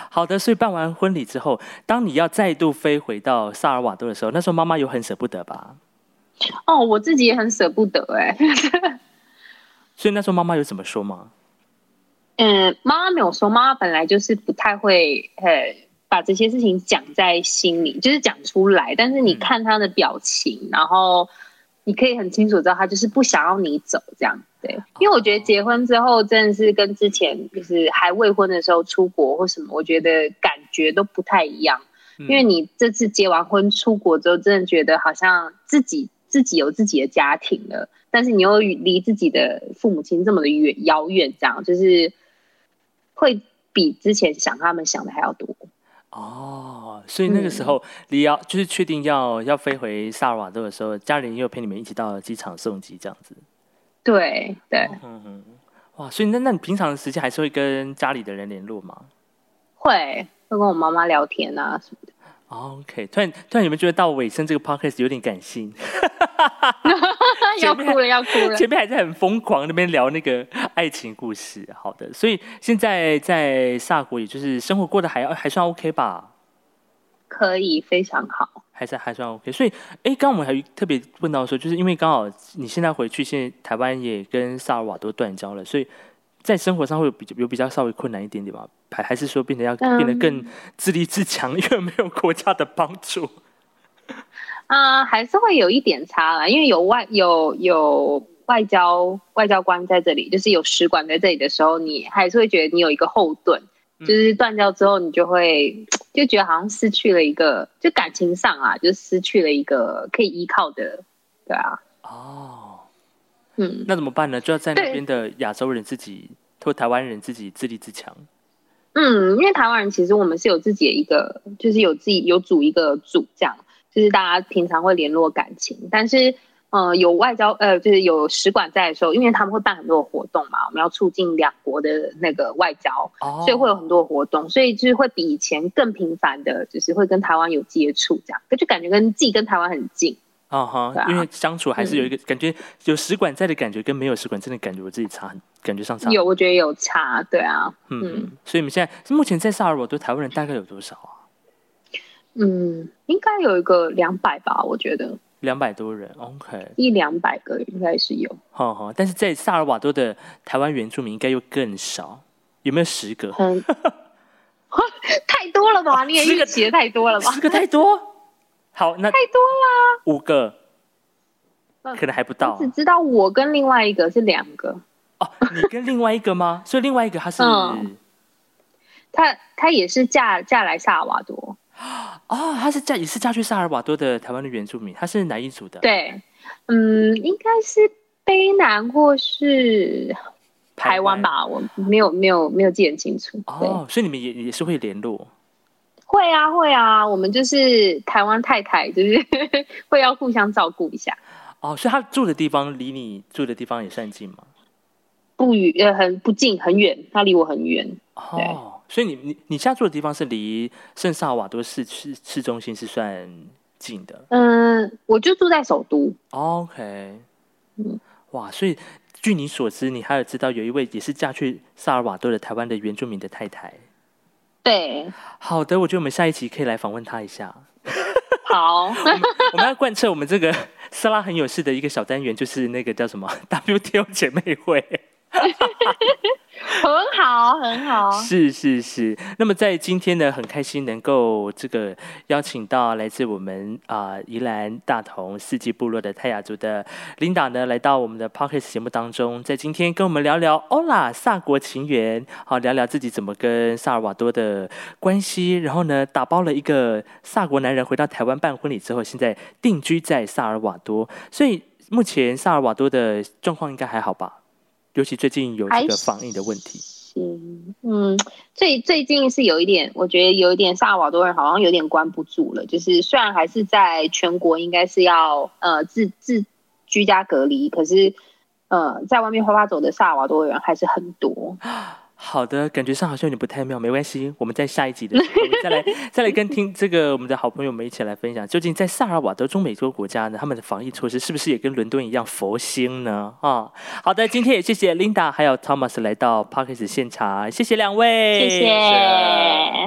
Speaker 1: 好的，所以办完婚礼之后，当你要再度飞回到萨尔瓦多的时候，那时候妈妈有很舍不得吧？
Speaker 2: 哦，我自己也很舍不得哎。
Speaker 1: 所以那时候妈妈有怎么说吗？
Speaker 2: 嗯，妈妈没有说，妈妈本来就是不太会呃把这些事情讲在心里，就是讲出来。但是你看她的表情，然后你可以很清楚知道她就是不想要你走这样。对，因为我觉得结婚之后真的是跟之前就是还未婚的时候出国或什么，我觉得感觉都不太一样。因为你这次结完婚出国之后，真的觉得好像自己自己有自己的家庭了，但是你又离自己的父母亲这么的远遥远，这样就是会比之前想他们想的还要多。
Speaker 1: 哦，所以那个时候你要就是确定要要飞回萨尔瓦多的时候，家里人又陪你们一起到机场送机这样子。
Speaker 2: 对对，
Speaker 1: 嗯哼，哇，所以那那你平常的时间还是会跟家里的人联络吗
Speaker 2: 会会跟我妈妈聊天啊什么的。
Speaker 1: ？OK，突然突然有没有觉得到尾声这个 podcast 有点感性？
Speaker 2: 要哭了，要哭了。
Speaker 1: 前面还在很疯狂那边聊那个爱情故事，好的，所以现在在萨国，也就是生活过得还还算 OK 吧，
Speaker 2: 可以，非常好。
Speaker 1: 还算还算 OK。所以，哎，刚刚我们还特别问到说，就是因为刚好你现在回去，现在台湾也跟萨尔瓦多断交了，所以在生活上会有比较有比较稍微困难一点点吧，还还是说变得要
Speaker 2: 嗯
Speaker 1: 变得更自立自强，因为没有国家的帮助。
Speaker 2: 啊、还是会有一点差啦，因为有外有有外交外交官在这里，就是有使馆在这里的时候，你还是会觉得你有一个后盾，
Speaker 1: 嗯
Speaker 2: 就是断掉之后，你就会就觉得好像失去了一个，就感情上啊，就失去了一个可以依靠的，对啊，
Speaker 1: 哦，
Speaker 2: 嗯，
Speaker 1: 那怎么办呢？就要在那
Speaker 2: 对
Speaker 1: 边的亚洲人自己或台湾人自己自立自强。
Speaker 2: 嗯，因为台湾人其实我们是有自己的一个，就是有自己有组一个组这样，就是大家平常会联络感情，但是呃有外交呃就是有使馆在的时候，因为他们会办很多活动嘛，我们要促进两国的那个外交，
Speaker 1: 哦，
Speaker 2: 所以会有很多活动，所以就是会比以前更频繁的，就是会跟台湾有接触这样，就感觉跟自己跟台湾很近。
Speaker 1: 啊哈
Speaker 2: 对，啊嗯
Speaker 1: 因为相处还是有一个感觉，有使馆在的感觉跟没有使馆真的感觉，我自己差很，感觉上差很
Speaker 2: 有，，我觉得有差，对啊，
Speaker 1: 嗯
Speaker 2: 嗯
Speaker 1: 嗯。所以你们现在目前在萨尔瓦多台湾人大概有多少啊？
Speaker 2: 嗯，应该有一个两百吧，我觉得
Speaker 1: 两百多人，OK，
Speaker 2: 一两百个应该是有，
Speaker 1: 哈哈。但是在萨尔瓦多的台湾原住民应该又更少，有没有十个？
Speaker 2: 很太多了吧？你也预期的太多了吧？
Speaker 1: 哦十个太多？好，那
Speaker 2: 太多啦！
Speaker 1: 五个
Speaker 2: 嗯
Speaker 1: 可能还不
Speaker 2: 我
Speaker 1: 到
Speaker 2: 只知道我跟另外一个是两个，
Speaker 1: 哦。你跟另外一个吗？所以另外一个他是
Speaker 2: 嗯她她也是嫁嫁来萨尔瓦多，
Speaker 1: 哦，他是嫁也是嫁去萨尔瓦多的台湾的原住民，他是哪一族的？，
Speaker 2: 对，嗯，应该是卑南或是台湾。吧，我没有没有没有记得很清楚。对，
Speaker 1: 哦，所以你们也也是会联络。
Speaker 2: 会啊会啊，我们就是台湾太太，就是 会要互相照顾一下，
Speaker 1: 哦，所以他住的地方离你住的地方也算近吗？
Speaker 2: 不远呃很不近很远，她离我很远。
Speaker 1: 哦，所以你你你现在住的地方是离圣萨尔瓦多市市市中心是算近的。
Speaker 2: 嗯，我就住在首都，
Speaker 1: OK，
Speaker 2: 嗯
Speaker 1: 哇，所以据你所知，你还有知道有一位也是嫁去萨尔瓦多的台湾的原住民的太太。
Speaker 2: 对，
Speaker 1: 好的，我觉得我们下一期可以来访问她一下。
Speaker 2: 好。
Speaker 1: 我们要贯彻我们这个 斯拉很有事的一个小单元，就是那个叫什么 WTO 姐妹会。
Speaker 2: 很好，很好。
Speaker 1: 是是是，那么在今天呢，很开心能够这个邀请到来自我们啊、宜兰大同四季部落的泰雅族的琳达呢，来到我们的 p o c k e t 节目当中，在今天跟我们聊聊欧拉萨国情缘，好聊聊自己怎么跟萨尔瓦多的关系，然后呢，打包了一个萨国男人回到台湾办婚礼之后，现在定居在萨尔瓦多，所以目前萨尔瓦多的状况应该还好吧？尤其最近有
Speaker 2: 还
Speaker 1: 这个防疫的问题。
Speaker 2: 行，嗯，最最近是有一点，我觉得有一点萨尔瓦多人好像有点关不住了。就是虽然还是在全国应该是要呃自自居家隔离，可是呃在外面花花走的萨尔瓦多人还是很多。
Speaker 1: 好的，感觉上好像有点不太妙，没关系，我们在下一集的时候 再来再来跟听这个我们的好朋友们一起来分享，究竟在萨尔瓦多中美洲国家呢，他们的防疫措施是不是也跟伦敦一样佛心呢？啊，好的，今天也谢谢 Linda 还有 Thomas 来到 Parkes 现场，谢谢两位，
Speaker 2: 谢谢。